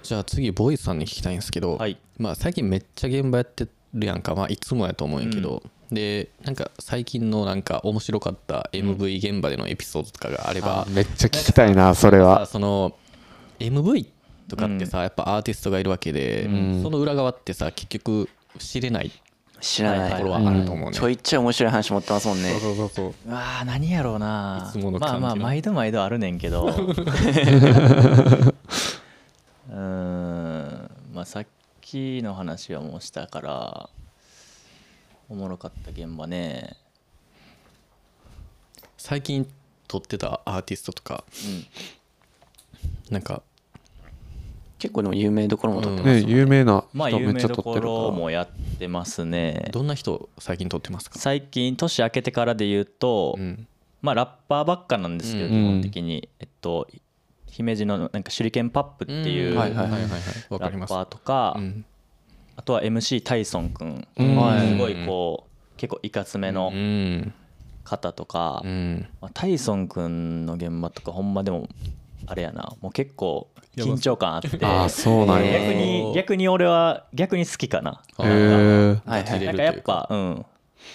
[SPEAKER 1] じゃあ次ボイスさんに聞きたいんですけど、
[SPEAKER 3] はい
[SPEAKER 1] まあ最近めっちゃ現場やってるやんかまあいつもやと思うんやけど、でなんか最近のなんか面白かった MV 現場でのエピソードとかがあれば、
[SPEAKER 4] めっちゃ聞きたいなそれ
[SPEAKER 1] さ
[SPEAKER 4] は
[SPEAKER 1] その MV とかってさ、やっぱアーティストがいるわけで、その裏側ってさ結局知れない
[SPEAKER 5] 知
[SPEAKER 1] と
[SPEAKER 5] らない、
[SPEAKER 1] ころはあると思うね、
[SPEAKER 5] ちょいちょい面白い話持ってますもんね
[SPEAKER 1] そうそうそう
[SPEAKER 3] うわあ何やろうな
[SPEAKER 1] つ
[SPEAKER 3] い
[SPEAKER 1] もの感じの
[SPEAKER 3] まあまあ毎度毎度あるねんけど うーんまあさっきの話はもうしたからおもろかった現場ね
[SPEAKER 1] 最近撮ってたアーティストとか、なんか
[SPEAKER 5] 結構でも有名どころも撮ってます、
[SPEAKER 4] ね有名な
[SPEAKER 3] まあ
[SPEAKER 4] 人め
[SPEAKER 3] 有
[SPEAKER 4] っ
[SPEAKER 3] 名
[SPEAKER 4] ちゃ
[SPEAKER 3] ど
[SPEAKER 4] 撮っ
[SPEAKER 3] こ
[SPEAKER 4] てる
[SPEAKER 3] ろ
[SPEAKER 4] か
[SPEAKER 3] もやってますね
[SPEAKER 1] どんな人最近撮ってますか、
[SPEAKER 3] 最近年明けてからで言うと、
[SPEAKER 1] うん、
[SPEAKER 3] まあラッパーばっかなんですけど、
[SPEAKER 1] うん
[SPEAKER 3] 基本的にえっと姫路のなんか手裏剣パップっていう、
[SPEAKER 1] はいはいはいはいわか
[SPEAKER 3] ラ
[SPEAKER 1] り
[SPEAKER 3] ッ
[SPEAKER 1] ます
[SPEAKER 3] パーとか、
[SPEAKER 1] うん
[SPEAKER 3] あとは MC タイソン君、
[SPEAKER 4] ん
[SPEAKER 3] ん、すごいこう結構いかつめの
[SPEAKER 1] うん
[SPEAKER 3] 方とか、
[SPEAKER 1] うん
[SPEAKER 3] まあ、タイソン君の現場とかほんまでもあれやなもう結構緊張感あって
[SPEAKER 4] らああそうなんや
[SPEAKER 3] 逆
[SPEAKER 4] へ
[SPEAKER 3] に逆に俺は逆に好きかな
[SPEAKER 4] え
[SPEAKER 5] はいはい
[SPEAKER 1] 入
[SPEAKER 3] な
[SPEAKER 1] れ
[SPEAKER 3] ん
[SPEAKER 1] る
[SPEAKER 3] か
[SPEAKER 1] とい
[SPEAKER 3] や
[SPEAKER 1] う
[SPEAKER 3] っぱうん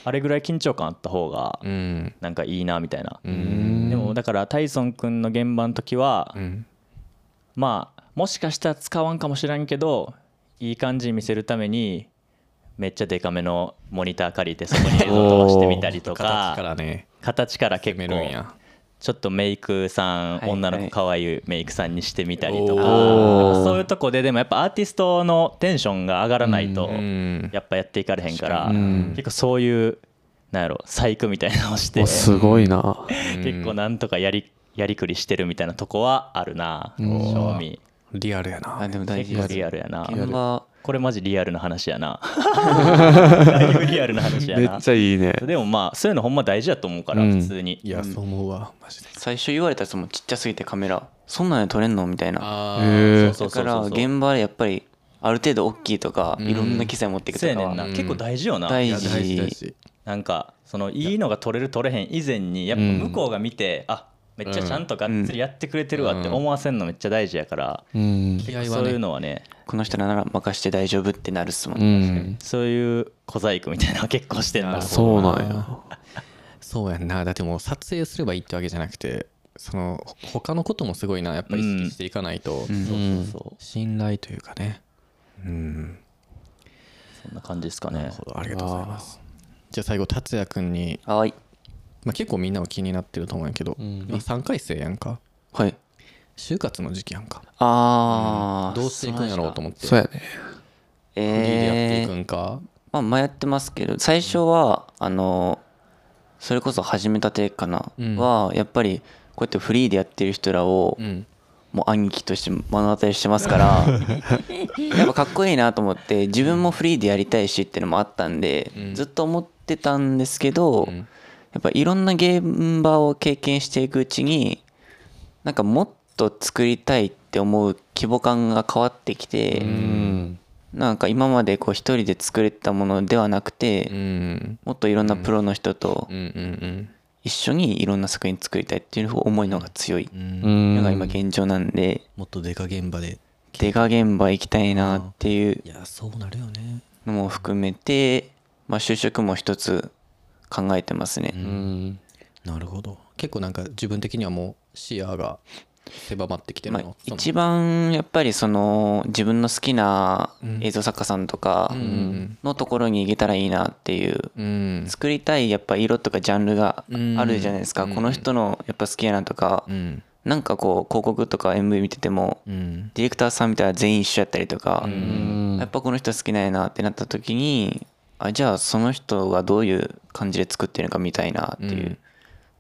[SPEAKER 3] あれぐらい緊張感あった方が
[SPEAKER 1] うん
[SPEAKER 3] なんかいいなみたいな、
[SPEAKER 1] うん
[SPEAKER 3] でもだからタイソン君の現場の時は、
[SPEAKER 1] うん
[SPEAKER 3] まあもしかしたら使わんかもしらんけどいい感じに見せるためにめっちゃデカめのモニター借りてそこに映像飛ばしてみたりと
[SPEAKER 1] 形か
[SPEAKER 3] から
[SPEAKER 1] ね
[SPEAKER 3] 形から
[SPEAKER 1] 決め
[SPEAKER 3] 結構
[SPEAKER 1] るんや
[SPEAKER 3] ちょっとメイクさん、
[SPEAKER 5] はい
[SPEAKER 3] 女の子可愛いメイクさんにしてみたりとか
[SPEAKER 4] おー
[SPEAKER 3] そういうとこででもやっぱアーティストのテンションが上がらないと
[SPEAKER 1] うん
[SPEAKER 3] やっぱやっていかれへんから、
[SPEAKER 4] うん
[SPEAKER 3] 結構そういうなんやろ細工みたいなのをして
[SPEAKER 4] おすごいな
[SPEAKER 3] 結構なんとかやりやりくりしてるみたいなとこはあるな正味
[SPEAKER 1] リアルやな
[SPEAKER 5] あでも大
[SPEAKER 3] 結
[SPEAKER 5] 事
[SPEAKER 3] 構
[SPEAKER 5] です
[SPEAKER 3] リアルやな
[SPEAKER 5] 現場
[SPEAKER 3] これマジリアルな話やなだいぶリアルな話や
[SPEAKER 4] め
[SPEAKER 3] な
[SPEAKER 4] っちゃいいね
[SPEAKER 3] でもまあそういうのほんま大事やと思うから
[SPEAKER 4] うん
[SPEAKER 3] 普通に、
[SPEAKER 1] いやそう思うわマジで
[SPEAKER 5] 最初言われたやつもちっちゃすぎてカメラそんなんで撮れんのみたいな
[SPEAKER 1] あ
[SPEAKER 4] へえ
[SPEAKER 3] そうそ
[SPEAKER 5] だか
[SPEAKER 3] うそ
[SPEAKER 5] ら
[SPEAKER 3] うそう
[SPEAKER 5] 現場でやっぱりある程度大きいとか、いろんな機材持っていく
[SPEAKER 3] そう
[SPEAKER 5] と
[SPEAKER 3] や
[SPEAKER 5] か
[SPEAKER 3] ね
[SPEAKER 5] は
[SPEAKER 3] んな、結構大事よな
[SPEAKER 5] 大
[SPEAKER 1] ー
[SPEAKER 5] 事
[SPEAKER 1] 大事大事
[SPEAKER 3] なんかそのいいのが取れる取れへん以前にやっぱ
[SPEAKER 4] うん
[SPEAKER 3] 向こうが見て、あめっちゃちゃんとがっつりやってくれてるわって思わせるのめっちゃ大事やから、
[SPEAKER 4] うん
[SPEAKER 1] 気合はね
[SPEAKER 3] そういうのはね
[SPEAKER 5] この人なら任して大丈夫ってなるっすもん、
[SPEAKER 4] うん
[SPEAKER 3] そういう小細工みたいなのは結構してんな
[SPEAKER 4] そうなんや
[SPEAKER 1] そうやんなだってもう撮影すればいいってわけじゃなくてそのほ他のこともすごいなやっぱ意識していかないと、
[SPEAKER 4] うん
[SPEAKER 3] そう
[SPEAKER 1] 信頼というかねうん
[SPEAKER 3] そんな感じですかね
[SPEAKER 1] ほどありがとうございますじゃあ最後達也君に、
[SPEAKER 5] はい
[SPEAKER 1] まあ、結構みんなも気になってると思うんやけど、まあ、3回生やんか
[SPEAKER 5] はい
[SPEAKER 1] 就活の時期やんか
[SPEAKER 5] ああ、
[SPEAKER 1] どうしていくんやろうと思って
[SPEAKER 4] そうやね
[SPEAKER 1] フリーでやってい
[SPEAKER 5] え
[SPEAKER 1] く
[SPEAKER 5] え
[SPEAKER 1] んか、
[SPEAKER 5] まあ迷ってますけど最初は、あのそれこそ始めたてかな、
[SPEAKER 1] うん
[SPEAKER 5] はやっぱりこうやってフリーでやってる人らを、
[SPEAKER 1] うん
[SPEAKER 5] もう兄貴として目の当たりしてますから やっぱかっこいいなと思って自分もフリーでやりたいしっていうのもあったんで、
[SPEAKER 1] うん
[SPEAKER 5] ずっと思ってたんですけど、
[SPEAKER 1] うん
[SPEAKER 5] やっぱいろんな現場を経験していくうちになんかもっと作りたいって思う規模感が変わってきて、
[SPEAKER 4] うん
[SPEAKER 5] なんか今までこう一人で作れてたものではなくて、
[SPEAKER 1] うん
[SPEAKER 5] もっといろんなプロの人と
[SPEAKER 1] うんうん
[SPEAKER 5] 一緒にいろんな作品作りたいっていう思いの方が強い
[SPEAKER 1] うん
[SPEAKER 4] うん
[SPEAKER 5] のが今現状なんで、
[SPEAKER 1] もっとデカ現場で
[SPEAKER 5] デカ現場行きたいなっていう
[SPEAKER 1] いやそうなるよね
[SPEAKER 5] のも含めて、まあ、就職も一つ考えてますね。
[SPEAKER 4] うん
[SPEAKER 1] なるほど結構なんか自分的にはもう視野が狭まってきてる
[SPEAKER 5] まあ
[SPEAKER 1] の、、その
[SPEAKER 5] 一番やっぱりその自分の好きな映像作家さんとか
[SPEAKER 1] うん
[SPEAKER 5] のところに行けたらいいなっていう
[SPEAKER 1] うん
[SPEAKER 5] 作りたいやっぱ色とかジャンルが
[SPEAKER 1] うん
[SPEAKER 5] あるじゃないですか、
[SPEAKER 1] うん
[SPEAKER 5] この人のやっぱ好きやなとか、
[SPEAKER 1] うん
[SPEAKER 5] なんかこう広告とか MV 見てても
[SPEAKER 1] うん
[SPEAKER 5] ディレクターさんみたいな全員一緒やったりとか、
[SPEAKER 4] うん
[SPEAKER 5] やっぱこの人好きなんやなってなった時にあじゃあその人がどういう感じで作ってるのか見たいなっていう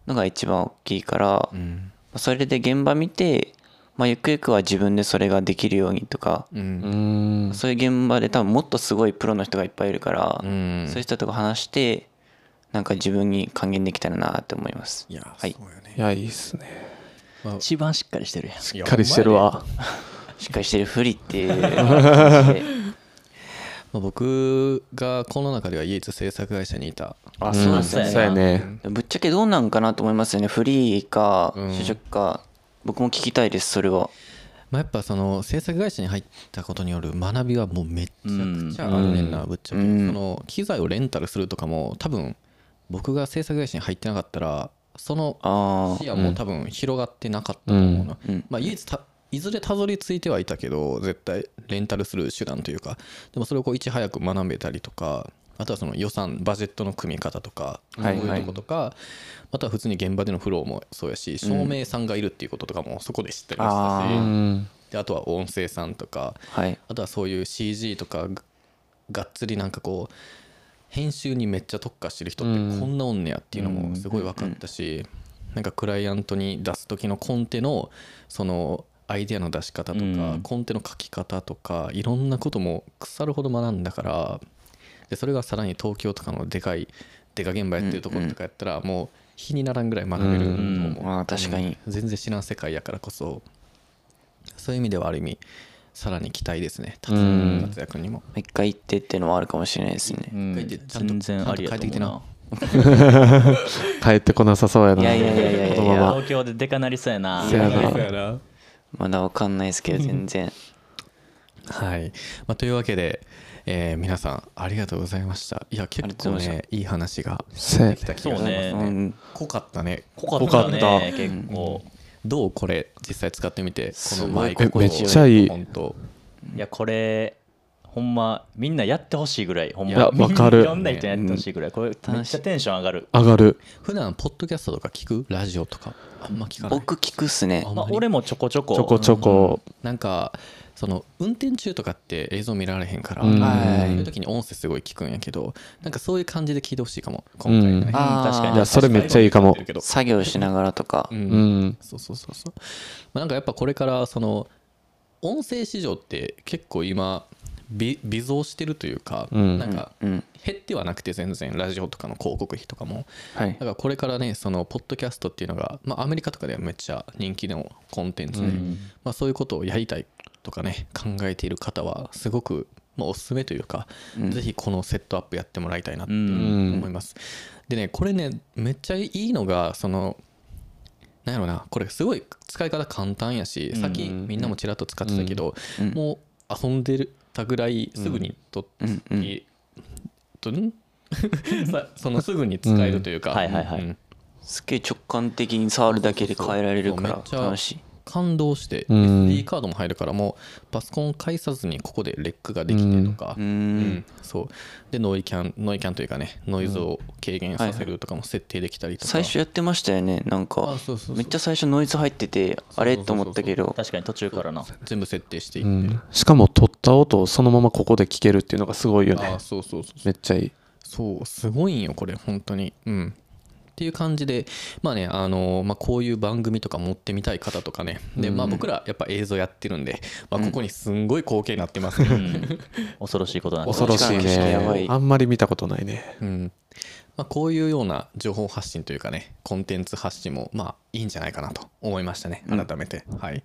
[SPEAKER 5] のが一番大きいから、
[SPEAKER 1] うん
[SPEAKER 5] それで現場見て、まあ、ゆくゆくは自分でそれができるようにとか、
[SPEAKER 1] うん
[SPEAKER 4] うん
[SPEAKER 5] そういう現場で多分もっとすごいプロの人がいっぱいいるから、
[SPEAKER 1] うん
[SPEAKER 5] そういう人とか話してなんか自分に還元できたらなって思います
[SPEAKER 1] いや、
[SPEAKER 5] はい
[SPEAKER 1] そうよね
[SPEAKER 4] いやいいっすね
[SPEAKER 3] 一番しっかりしてるやん
[SPEAKER 1] し
[SPEAKER 4] しっかりしてるわ
[SPEAKER 5] しっかりしてるふりっていう感じで
[SPEAKER 1] まあ、僕がこの中では唯一制作会社にいた
[SPEAKER 3] あ
[SPEAKER 4] うん
[SPEAKER 5] なんです
[SPEAKER 4] そ
[SPEAKER 5] よ
[SPEAKER 4] う
[SPEAKER 5] ね
[SPEAKER 4] やね
[SPEAKER 5] ぶっちゃけどうなんかなと思いますよねフリーか
[SPEAKER 1] うん
[SPEAKER 5] 就職か、僕も聞きたいですそれは
[SPEAKER 1] まあ、やっぱその制作会社に入ったことによる学びはもうめっちゃくちゃあるねんな、ぶっちゃけ、
[SPEAKER 5] うん
[SPEAKER 1] その機材をレンタルするとかも多分僕が制作会社に入ってなかったらその
[SPEAKER 5] あ
[SPEAKER 1] 視野も多分広がってなかったと思うな、
[SPEAKER 5] うん
[SPEAKER 1] まあ、唯一たいずれたどり着いてはいたけど絶対レンタルする手段というかでもそれをこういち早く学べたりとかあとはその予算バジェットの組み方とかそう
[SPEAKER 5] はい
[SPEAKER 1] いうとことか、あとは普通に現場でのフローもそうやし照明さんがいるっていうこととかもそこで知ってましたし、
[SPEAKER 5] う
[SPEAKER 4] う
[SPEAKER 5] あ
[SPEAKER 4] ん
[SPEAKER 1] であとは音声さんとか
[SPEAKER 5] あはい
[SPEAKER 1] あとはそういう CG とかががっつりなんかこう編集にめっちゃ特化してる人ってこんなおんねやっていうのもすごい分かったしなんかクライアントに出す時のコンテのそのアイデアの出し方と
[SPEAKER 3] う
[SPEAKER 1] か
[SPEAKER 3] ん
[SPEAKER 1] コンテの書き方とかいろんなことも腐るほど学んだからでそれがさらに東京とかのでかいでか現場やってるところとかやったらもう比にならんぐらい学べると思う
[SPEAKER 3] う
[SPEAKER 5] ああ確かに、
[SPEAKER 1] 全然知らん世界やからこそそういう意味ではある意味さらに期待ですね達
[SPEAKER 4] うん
[SPEAKER 1] 達也君にも
[SPEAKER 5] 一回行ってっていうのはあるかもしれないですね、
[SPEAKER 3] うん全然ありやと思うな
[SPEAKER 4] 帰ってこなさそうやない
[SPEAKER 5] やいやいやいやいや
[SPEAKER 4] このまま
[SPEAKER 3] 東京でデカなりそうやな
[SPEAKER 4] せやな
[SPEAKER 5] まだわかんないですけど全然
[SPEAKER 1] はい、まあ、というわけで、えー皆さんありがとうございましたいや結構
[SPEAKER 5] ありがとうござい
[SPEAKER 1] ねいい話が
[SPEAKER 4] せや
[SPEAKER 1] できた気がし
[SPEAKER 3] そう
[SPEAKER 1] ます
[SPEAKER 3] ね
[SPEAKER 5] うん
[SPEAKER 1] 濃かったね
[SPEAKER 3] 濃
[SPEAKER 4] かったね
[SPEAKER 3] 結構
[SPEAKER 1] どうこれ実際使ってみてこのマイ
[SPEAKER 4] え
[SPEAKER 1] ク
[SPEAKER 4] めっちゃいい
[SPEAKER 1] 本当
[SPEAKER 3] いやこれほんまみんなやってほしいぐらいほんま
[SPEAKER 4] いやわかる
[SPEAKER 3] いろんな人やってほしいぐらいこれめっちゃテンション上がる
[SPEAKER 4] 上がる
[SPEAKER 1] 普段ポッドキャストとか聞くラジオとかあんま聞かない
[SPEAKER 5] 僕聞くっすね
[SPEAKER 1] あんま
[SPEAKER 3] まあ
[SPEAKER 1] り
[SPEAKER 3] 俺もちょこちょこ
[SPEAKER 4] ちょこちょこ
[SPEAKER 1] なんかその運転中とかって映像見られへんから、
[SPEAKER 4] うん
[SPEAKER 1] そういう時に音声すごい聞くんやけどなんかそういう感じで聞いてほしいかも今回ね、
[SPEAKER 4] うん
[SPEAKER 1] あ
[SPEAKER 5] あー
[SPEAKER 3] 確かに
[SPEAKER 4] いやそれめっちゃいいかも
[SPEAKER 1] けど
[SPEAKER 5] 作業しながらとか、
[SPEAKER 1] う
[SPEAKER 4] うんん
[SPEAKER 1] そうそうそうそう、まあ、なんかやっぱこれからその音声市場って結構今び微増してるというか、
[SPEAKER 4] うん
[SPEAKER 1] なんか
[SPEAKER 5] うん
[SPEAKER 1] 減ってはなくて全然ラジオとかの広告費とかも
[SPEAKER 5] はい
[SPEAKER 1] だからこれからねそのポッドキャストっていうのが、まあ、アメリカとかではめっちゃ人気のコンテンツで、まあ、そういうことをやりたいとかね考えている方はすごく、まあ、おすすめというか、ぜひこのセットアップやってもらいたいなって
[SPEAKER 3] うん
[SPEAKER 1] 思います、でねこれねめっちゃいいのがそのなんやろなこれすごい使い方簡単やし、さっきみんなもちらっと使ってたけど、もう遊んでたぐらいすぐにと、とん さそのすぐに使えるというか、
[SPEAKER 3] うんはいはいはい
[SPEAKER 1] うん
[SPEAKER 5] すっげえ直感的に触るだけで変えられるか
[SPEAKER 1] め
[SPEAKER 5] ら
[SPEAKER 1] っちゃ
[SPEAKER 5] 楽しい
[SPEAKER 1] 感動して
[SPEAKER 4] うん
[SPEAKER 1] SD カードも入るからもうパソコン介さずにここでレックができてとか、
[SPEAKER 5] う
[SPEAKER 1] うんんそうでノイキャンノイキャンというかねノイズを軽減させるとかも設定できたりとか、
[SPEAKER 5] 最初やってましたよねなんか
[SPEAKER 1] あそうそうそう
[SPEAKER 5] めっちゃ最初ノイズ入っててあれと思ったけど
[SPEAKER 3] 確かに途中からな
[SPEAKER 1] 全部設定していっ
[SPEAKER 4] う
[SPEAKER 1] て、
[SPEAKER 4] んしかも撮った音をそのままここで聞けるっていうのがすごいよ
[SPEAKER 1] あ
[SPEAKER 4] ね
[SPEAKER 1] あそうそうそう
[SPEAKER 4] めっちゃいい
[SPEAKER 1] そうすごいんよこれ本当にうんっていう感じでまあねあの、まあ、こういう番組とか持ってみたい方とかねで、まあ、僕らやっぱ映像やってるんで、まあ、ここにすんごい光景になってますけど、
[SPEAKER 3] 恐ろしいことなんで
[SPEAKER 4] 恐ろしい
[SPEAKER 5] こっちからの景色やば
[SPEAKER 4] ね
[SPEAKER 5] い
[SPEAKER 4] あんまり見たことないね
[SPEAKER 1] うんまあ、こういうような情報発信というかねコンテンツ発信もまあいいんじゃないかなと思いましたね改めて、はい、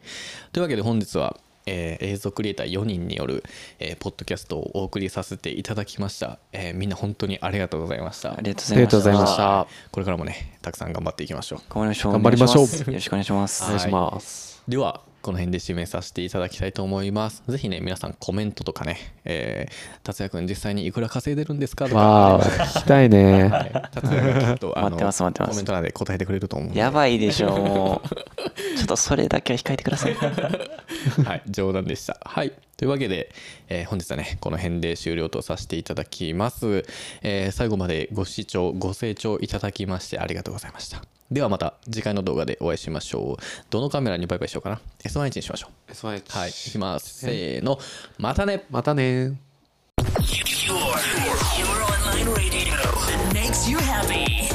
[SPEAKER 1] というわけで本日は、えー映像クリエイター4人による、えーポッドキャストをお送りさせていただきました、えーみんな本当にありがとうございました
[SPEAKER 5] ありがと
[SPEAKER 4] ありがと
[SPEAKER 5] う
[SPEAKER 4] う
[SPEAKER 5] ござ
[SPEAKER 4] ござ
[SPEAKER 5] い
[SPEAKER 4] い
[SPEAKER 5] ま
[SPEAKER 4] ま
[SPEAKER 5] し
[SPEAKER 4] したた
[SPEAKER 1] これからもねたくさん頑張っていきましょう
[SPEAKER 5] 頑張りましょう
[SPEAKER 4] 頑張りましょう
[SPEAKER 5] お願いますよろしくお願いしま
[SPEAKER 4] お
[SPEAKER 5] す
[SPEAKER 4] 願いします
[SPEAKER 1] ではこの辺で締めさせていただきたいと思います。ぜひね、皆さんコメントとかね、えー、達也くん実際にいくら稼いでるんですかと
[SPEAKER 4] わあ、
[SPEAKER 1] か、
[SPEAKER 4] 聞きたいね。
[SPEAKER 1] はい達也がきっとあの
[SPEAKER 5] 待ってます待ってます
[SPEAKER 1] コメント欄で答えてくれると思うんで
[SPEAKER 5] やばいでしょもうちょっとそれだけは控えてくださ い
[SPEAKER 1] はい、冗談でした。はい。というわけで、えー本日はね、この辺で終了とさせていただきます、えー最後までご視聴、ご清聴いただきましてありがとうございました。ではまた次回の動画でお会いしましょう。どのカメラにバイバイしようかな ?S1H にしましょう。はい、いきます。せーの、またね
[SPEAKER 4] またね。
[SPEAKER 2] Your, your, your online radio that makes you happy.